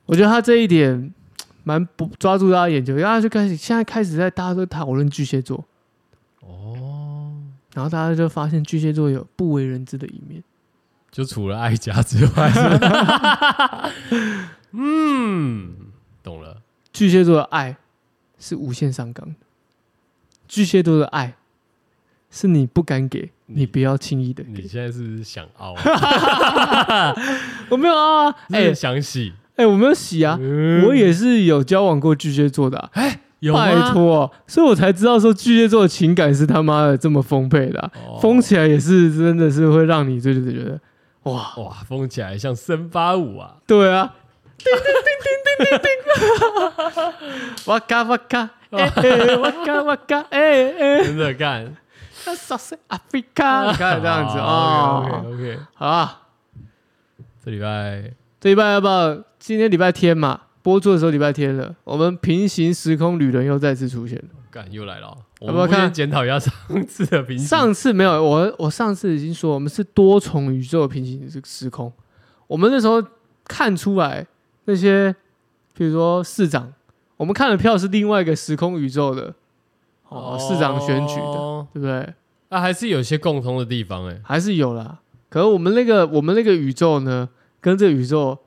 Speaker 2: 我觉得他这一点蛮不抓住大家眼球，然后他就开始现在开始在大家都讨论巨蟹座，
Speaker 1: 哦，
Speaker 2: 然后大家就发现巨蟹座有不为人知的一面。
Speaker 1: 就除了爱家之外，是嗯，懂了，
Speaker 2: 巨蟹座的爱是无限上纲的，巨蟹座的爱是你不敢给，
Speaker 1: 你
Speaker 2: 你不要轻易的
Speaker 1: 你
Speaker 2: 给。
Speaker 1: 现在是不是想凹，
Speaker 2: 我没有啊，哎、
Speaker 1: 哎，想洗，
Speaker 2: 哎、我没有洗啊，
Speaker 1: 嗯
Speaker 2: 我也是有交往过巨蟹座的啊、
Speaker 1: 哎有吗
Speaker 2: 拜，托、啊所以我才知道说巨蟹座的情感是他妈的这么丰沛的啊、
Speaker 1: 哦
Speaker 2: 疯、起来也是真的是会让你就是觉得哇，
Speaker 1: 哇，疯起来像森巴舞啊！
Speaker 2: 对啊，叮 叮叮叮叮叮叮，哇嘎哇嘎，哎哎哇嘎哇嘎，哎哎，
Speaker 1: 真的 干，
Speaker 2: 他少是阿菲卡，你看这样子
Speaker 1: ，OK
Speaker 2: 哦。
Speaker 1: OK，
Speaker 2: 啊好啊，
Speaker 1: 这礼拜
Speaker 2: 这礼拜要不要？今天礼拜天嘛，播出的时候礼拜天了，我们平行时空旅人又再次出现了。
Speaker 1: 干又来了哦，我
Speaker 2: 要不要
Speaker 1: 们
Speaker 2: 看
Speaker 1: 先检讨一下上次的评审。
Speaker 2: 上次没有，我我上次已经说我们是多重宇宙的平行时空，我们那时候看出来那些，比如说市长，我们看的票是另外一个时空宇宙的，哦，市长选举的，
Speaker 1: 哦
Speaker 2: 对不对？
Speaker 1: 啊，还是有些共通的地方哎、
Speaker 2: 还是有啦。可是我们那个我们那个宇宙呢，跟这个宇宙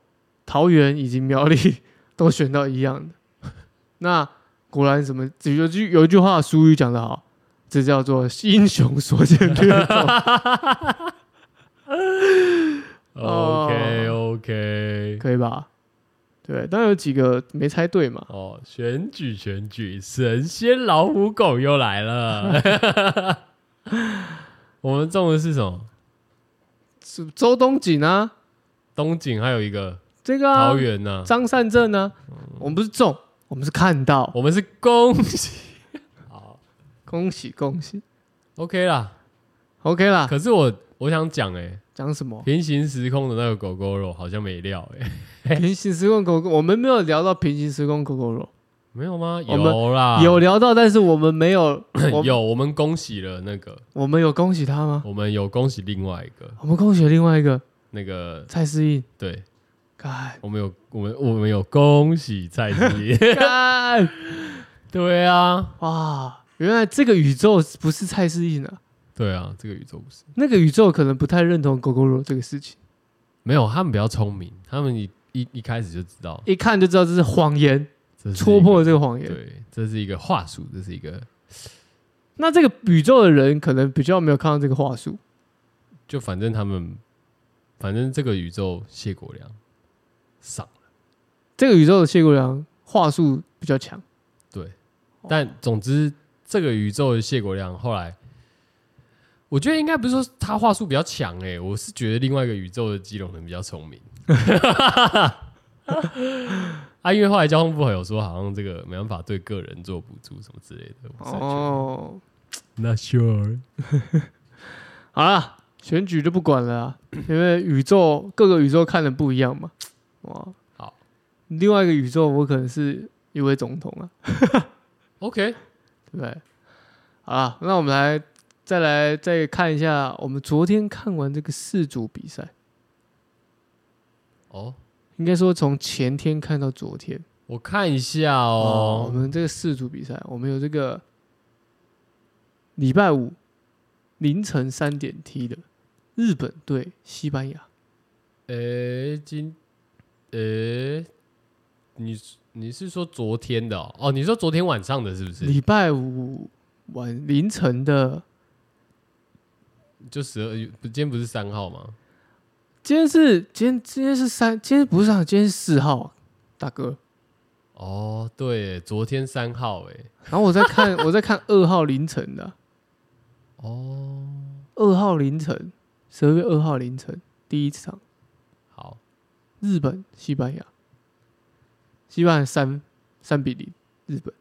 Speaker 2: 桃园以及苗栗 都选到一样的。 那果然什么有句有一句话俗语讲得好，这叫做英雄所见略同。哦
Speaker 1: OK OK，
Speaker 2: 可以吧？对，但有几个没猜对嘛。
Speaker 1: 哦，选举选举，神仙老虎狗又来了。 我们中的是什么？
Speaker 2: 是周东锦啊，
Speaker 1: 东景还有一个
Speaker 2: 这个、 啊、
Speaker 1: 桃园嗯呢、
Speaker 2: 张善政呢、我们不是中，我们是看到，
Speaker 1: 我们是 恭喜好
Speaker 2: 恭喜恭喜
Speaker 1: ，OK 啦。
Speaker 2: ，OK 啦。
Speaker 1: 可是我我想讲哎、
Speaker 2: 讲什 么？
Speaker 1: 平行时空的那个狗狗肉好像没料哎、
Speaker 2: 平行时空狗狗，我们没有聊到平行时空狗狗肉，
Speaker 1: 没有吗？
Speaker 2: 我们
Speaker 1: 有啦，
Speaker 2: 有聊到，但是我们没有，我
Speaker 1: 有，我们恭喜了那个，
Speaker 2: 我们有恭喜他吗？
Speaker 1: 我们有恭喜另外一个
Speaker 2: 我们恭喜另外一个
Speaker 1: 那个，
Speaker 2: 蔡思印，
Speaker 1: 对
Speaker 2: 干
Speaker 1: 我们有我们我们有恭喜蔡司 仪，
Speaker 2: 干
Speaker 1: 对啊
Speaker 2: 哇！原来这个宇宙不是蔡思印啊，
Speaker 1: 对啊，这个宇宙不是
Speaker 2: 那个宇宙可能不太认同狗狗肉这个事情，
Speaker 1: 没有，他们比较聪明，他们一一一开始就知道
Speaker 2: 一看就知道这是谎言，
Speaker 1: 这是一个
Speaker 2: 戳破了这个谎言。
Speaker 1: 对，这是一个话术，这是一个
Speaker 2: 那这个宇宙的人可能比较没有看到这个话术，
Speaker 1: 就反正他们反正这个宇宙谢国良上了，
Speaker 2: 这个宇宙的谢国良话术比较强，
Speaker 1: 对，但总之这个宇宙的谢国良后来。我觉得应该不是说他话术比较强哎、我是觉得另外一个宇宙的基隆人比较聪明。 啊，因为后来交通部还有说，好像这个没办法对个人做补助什么之类的。我是觉得
Speaker 2: 哦，
Speaker 1: Not sure。
Speaker 2: 好啦，选举就不管了啊，因为宇宙各个宇宙看的不一样嘛。哇，
Speaker 1: 好，
Speaker 2: 另外一个宇宙我可能是一位总统啊，
Speaker 1: OK，
Speaker 2: 对不对？好啦，那我们来再来再看一下，我们昨天看完这个四组比赛，
Speaker 1: 哦，
Speaker 2: 应该说从前天看到昨天。
Speaker 1: 我看一下
Speaker 2: 哦，我
Speaker 1: 哦。
Speaker 2: 们这个四组比赛，我们有这个礼拜五凌晨三点踢的日本对西班牙，
Speaker 1: 诶、今，诶、你你是说昨天的哦？哦，你说昨天晚上的是不是？
Speaker 2: 礼拜五晚凌晨的，
Speaker 1: 就十二月，不今天不是三号吗？
Speaker 2: 今天是今天今天是三，今天不是上，今天是四号，大哥。
Speaker 1: 哦，对，昨天三号，哎，
Speaker 2: 然后我在 看我在看二号凌晨的
Speaker 1: 哦，
Speaker 2: 二号凌晨，十二月二号凌晨第一场
Speaker 1: 好，
Speaker 2: 日本西班牙，西班牙三三比零日本。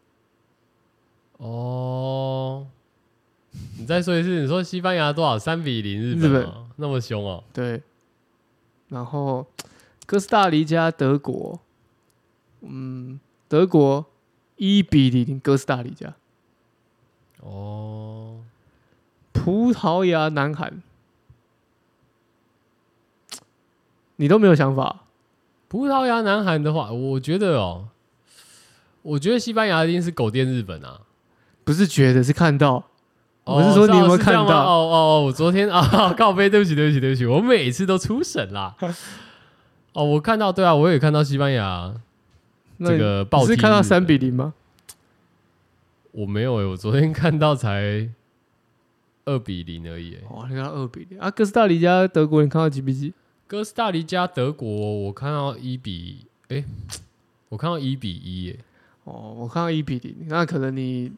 Speaker 1: 哦，你再说一次，你说西班牙多少？三比零日
Speaker 2: 日
Speaker 1: 本
Speaker 2: 本
Speaker 1: 哦，那么凶哦。
Speaker 2: 对，然后哥斯达黎加、德国，嗯，德国一比零哥斯达黎加，
Speaker 1: 哦，
Speaker 2: 葡萄牙、南韩，你都没有想法，
Speaker 1: 葡萄牙、南韩的话，我觉得哦，我觉得西班牙一定是狗垫日本啊。
Speaker 2: 不是觉得是看到，
Speaker 1: 哦
Speaker 2: 我是说你有没有
Speaker 1: 哦是这样吗
Speaker 2: 看到
Speaker 1: 哦哦哦，我昨天 啊，告背，对不起，对不起，对不起，我每次都出神啦。哦，我看到，对啊，我也看到西班牙，
Speaker 2: 那
Speaker 1: 这
Speaker 2: 你
Speaker 1: 个暴
Speaker 2: 你是
Speaker 1: 踢
Speaker 2: 看到
Speaker 1: 日
Speaker 2: 三
Speaker 1: 本
Speaker 2: 比零吗？
Speaker 1: 我没有诶、欸我昨天看到才二比零而已、欸。
Speaker 2: 哇，你看到二比零啊！哥斯达黎加、德国，你看到几比几？
Speaker 1: 哥斯达黎加、德国，我看到一比，诶、我看到一比一、欸，
Speaker 2: 哦，我看到一比零，那可能你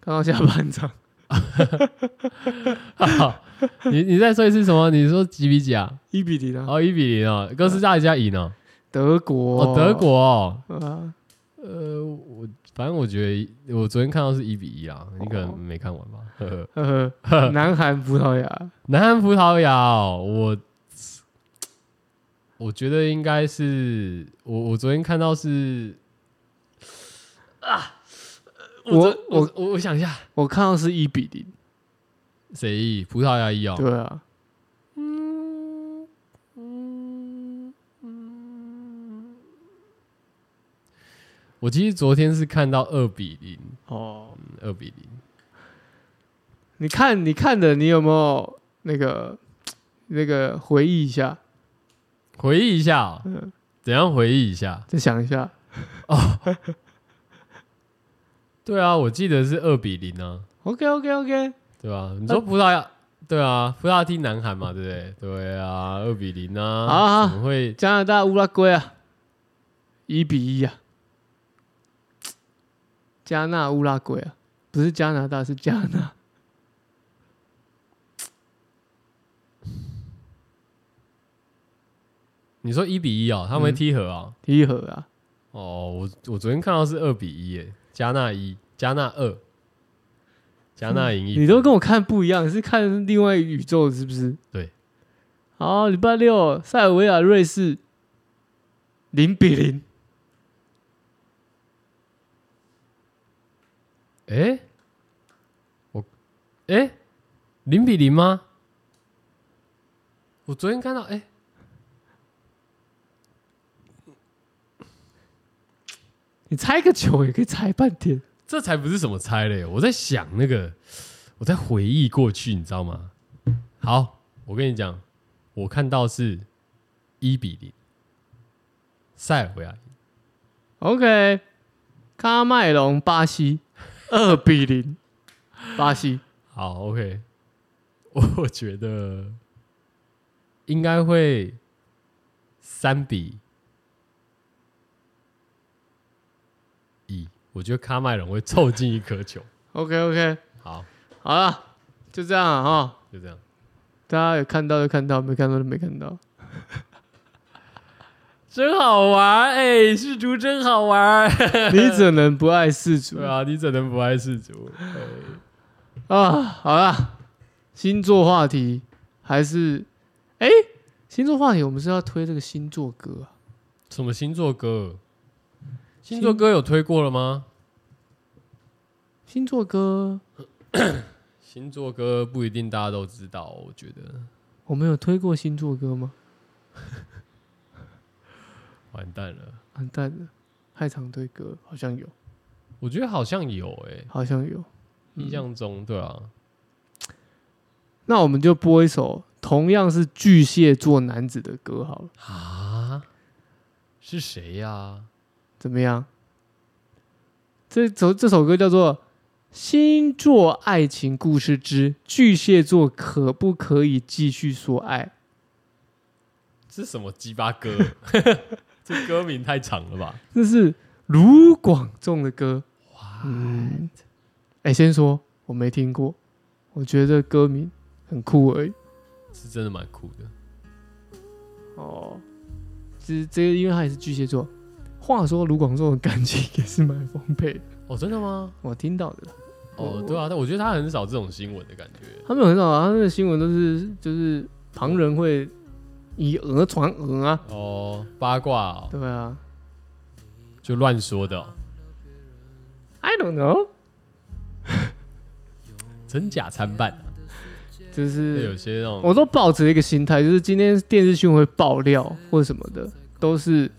Speaker 2: 看到下半场。
Speaker 1: 你你再说一次什么？你说几比几啊？
Speaker 2: 一比零啊！
Speaker 1: 哦，一比零哦，哥斯达黎加赢了、
Speaker 2: 德国，
Speaker 1: 哦，德国哦，
Speaker 2: 啊，
Speaker 1: 呃，我反正我觉得我昨天看到是一比一啊，你可
Speaker 2: 哦
Speaker 1: 能没看完吧。 呵呵
Speaker 2: 呵呵，南韩、葡萄牙，
Speaker 1: 南韩葡萄牙、哦，我我觉得应该是我我昨天看到是啊，呃
Speaker 2: 我
Speaker 1: 我我我我想一下，
Speaker 2: 我看到是一比零，
Speaker 1: 谁一葡萄牙一哦，
Speaker 2: 对啊，
Speaker 1: 我其实昨天是看到二比零，
Speaker 2: 哦，
Speaker 1: 二比零，
Speaker 2: 你看你看的，你有没有那个那个回忆一下，
Speaker 1: 回忆一下、哦，
Speaker 2: 嗯，
Speaker 1: 怎样回忆一下？
Speaker 2: 再想一下，
Speaker 1: 对啊，我记得是二比零啊，
Speaker 2: OK OK OK，
Speaker 1: 对吧、你说葡萄牙，对啊，葡萄牙踢南韩嘛，对不对？对啊，二比零啊，
Speaker 2: 好啊好啊
Speaker 1: 怎么会？
Speaker 2: 加拿大乌拉圭啊，一比一啊，加纳乌拉圭啊，不是加拿大是加纳，
Speaker 1: 你说一比一哦，他们会
Speaker 2: 嗯
Speaker 1: 踢和哦。
Speaker 2: 一和啊，
Speaker 1: 哦，我我昨天看到是二比一耶，加纳一，加纳二，加纳赢一分、
Speaker 2: 你都跟我看不一样，你是看另外一个宇宙是不是？
Speaker 1: 对。
Speaker 2: 好，礼拜六塞尔维亚瑞士零比零，
Speaker 1: 哎、我哎、零比零吗？我昨天看到哎、
Speaker 2: 你猜个球也可以猜半天。
Speaker 1: 这才不是什么猜嘞，我在想那个，我在回忆过去，你知道吗？好，我跟你讲，我看到是一比零，塞尔维亚赢
Speaker 2: OK，喀麦隆巴西二比零，巴西
Speaker 1: 好，OK，我我觉得应该会三比一，我觉得卡麦隆会凑进一颗球。
Speaker 2: OK OK，
Speaker 1: 好，
Speaker 2: 好了，就这样啊哈。
Speaker 1: 就这样。
Speaker 2: 大家有看到就看到，没看到就没看到。
Speaker 1: 真好玩，哎、世足真好玩。
Speaker 2: 你怎能不爱世足
Speaker 1: 对啊，你怎能不爱世足？哎
Speaker 2: 啊？好啦，星座话题还是哎、星座话题，我们是要推这个星座歌啊？
Speaker 1: 什么星座歌？星座歌有推过了吗？
Speaker 2: 星座歌
Speaker 1: 星座歌不一定大家都知道，我觉得
Speaker 2: 我们有推过星座歌吗？
Speaker 1: 完蛋了。
Speaker 2: 完蛋了，太常推歌，好像有，
Speaker 1: 我觉得好像有、哎，
Speaker 2: 好像有。
Speaker 1: 印象中对啊。
Speaker 2: 那我们就播一首同样是巨蟹座男子的歌好了，
Speaker 1: 啊？是谁呀、
Speaker 2: 怎么样？这首这首歌叫做《星座爱情故事之巨蟹座可不可以继续说爱》。
Speaker 1: 这什么鸡巴 歌？这歌名太长了吧？
Speaker 2: 这是卢广仲的歌。
Speaker 1: 哇，
Speaker 2: 嗯，哎、先说我没听过，我觉得歌名很酷而已。
Speaker 1: 是真的蛮酷的。
Speaker 2: 哦，这这因为他也是巨蟹座。话说卢广仲的感情也是蛮丰沛的，
Speaker 1: 哦，真的吗？
Speaker 2: 我听到的啦。
Speaker 1: 哦，对啊，但我觉得他很少这种新闻的感觉。
Speaker 2: 他们很少啊，他那个新闻都是就是旁人会以讹传讹啊，
Speaker 1: 哦，八卦、哦、
Speaker 2: 对啊
Speaker 1: 就乱说的、哦，
Speaker 2: ，I don't know，
Speaker 1: 真假参半、啊。
Speaker 2: 就
Speaker 1: 就是有些那种
Speaker 2: 我都抱着一个心态，就是今天电视新闻会爆料或什么的，都是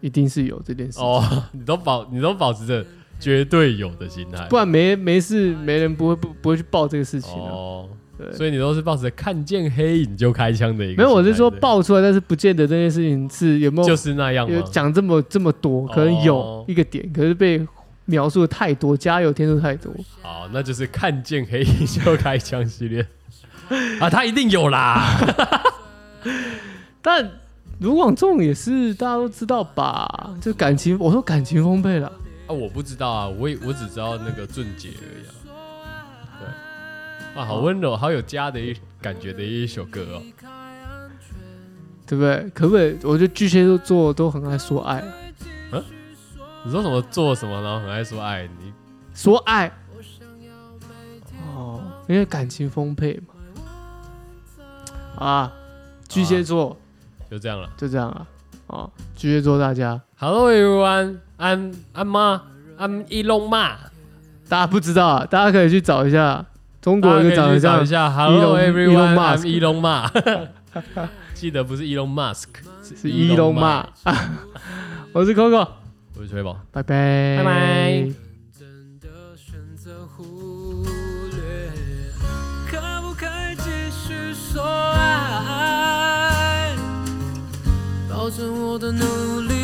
Speaker 2: 一定是有这件事情，
Speaker 1: 哦，你都保你都保持着绝对有的心态，
Speaker 2: 不然没没事，没人不会不不会去报这个事情啊。
Speaker 1: 哦，
Speaker 2: 对，
Speaker 1: 所以你都是抱持着看见黑影就开枪的一个心态。
Speaker 2: 没有，我是说
Speaker 1: 对
Speaker 2: 爆出来，但是不见得这件事情是有没有、
Speaker 1: 就是那样
Speaker 2: 有
Speaker 1: 吗？
Speaker 2: 讲这么这么多，可能有
Speaker 1: 哦
Speaker 2: 一个点，可是被描述的太多，加油天数太多。
Speaker 1: 好，那就是看见黑影就开枪系列 啊，他一定有啦。
Speaker 2: 但卢广仲也是大家都知道吧？就感情，我说感情丰沛了。
Speaker 1: 啊，我不知道啊，我也我只知道那个俊杰而已啊。对，啊，好温柔，好有家的一感觉的一首歌哦。
Speaker 2: 对不对？可不可以？我觉得巨蟹座都很爱说爱，啊
Speaker 1: 你说什么做什么，然后很爱说爱你
Speaker 2: 说爱。哦，因为感情丰沛嘛。啊，巨蟹座，
Speaker 1: 就这样了。
Speaker 2: 就这样啊，哦，巨蟹座大家，
Speaker 1: Hello everyone, I'm I'm Ma, I'm Elon Ma。
Speaker 2: 大家不知道啊，大家可以去找一下中国
Speaker 1: 大
Speaker 2: 一个
Speaker 1: 家
Speaker 2: 长
Speaker 1: 可以
Speaker 2: 得
Speaker 1: 去找
Speaker 2: 像
Speaker 1: 一下 Hello
Speaker 2: Elon-
Speaker 1: everyone,
Speaker 2: Elon
Speaker 1: I'm
Speaker 2: Musk
Speaker 1: Elon Ma。记 得不是 Elon Musk，
Speaker 2: 是伊隆嘛， 我是 Coco，
Speaker 1: 我是崔宝。
Speaker 2: 拜拜，
Speaker 1: 拜拜。
Speaker 3: 真的选择忽略，可不可以继续说爱？保证我的努力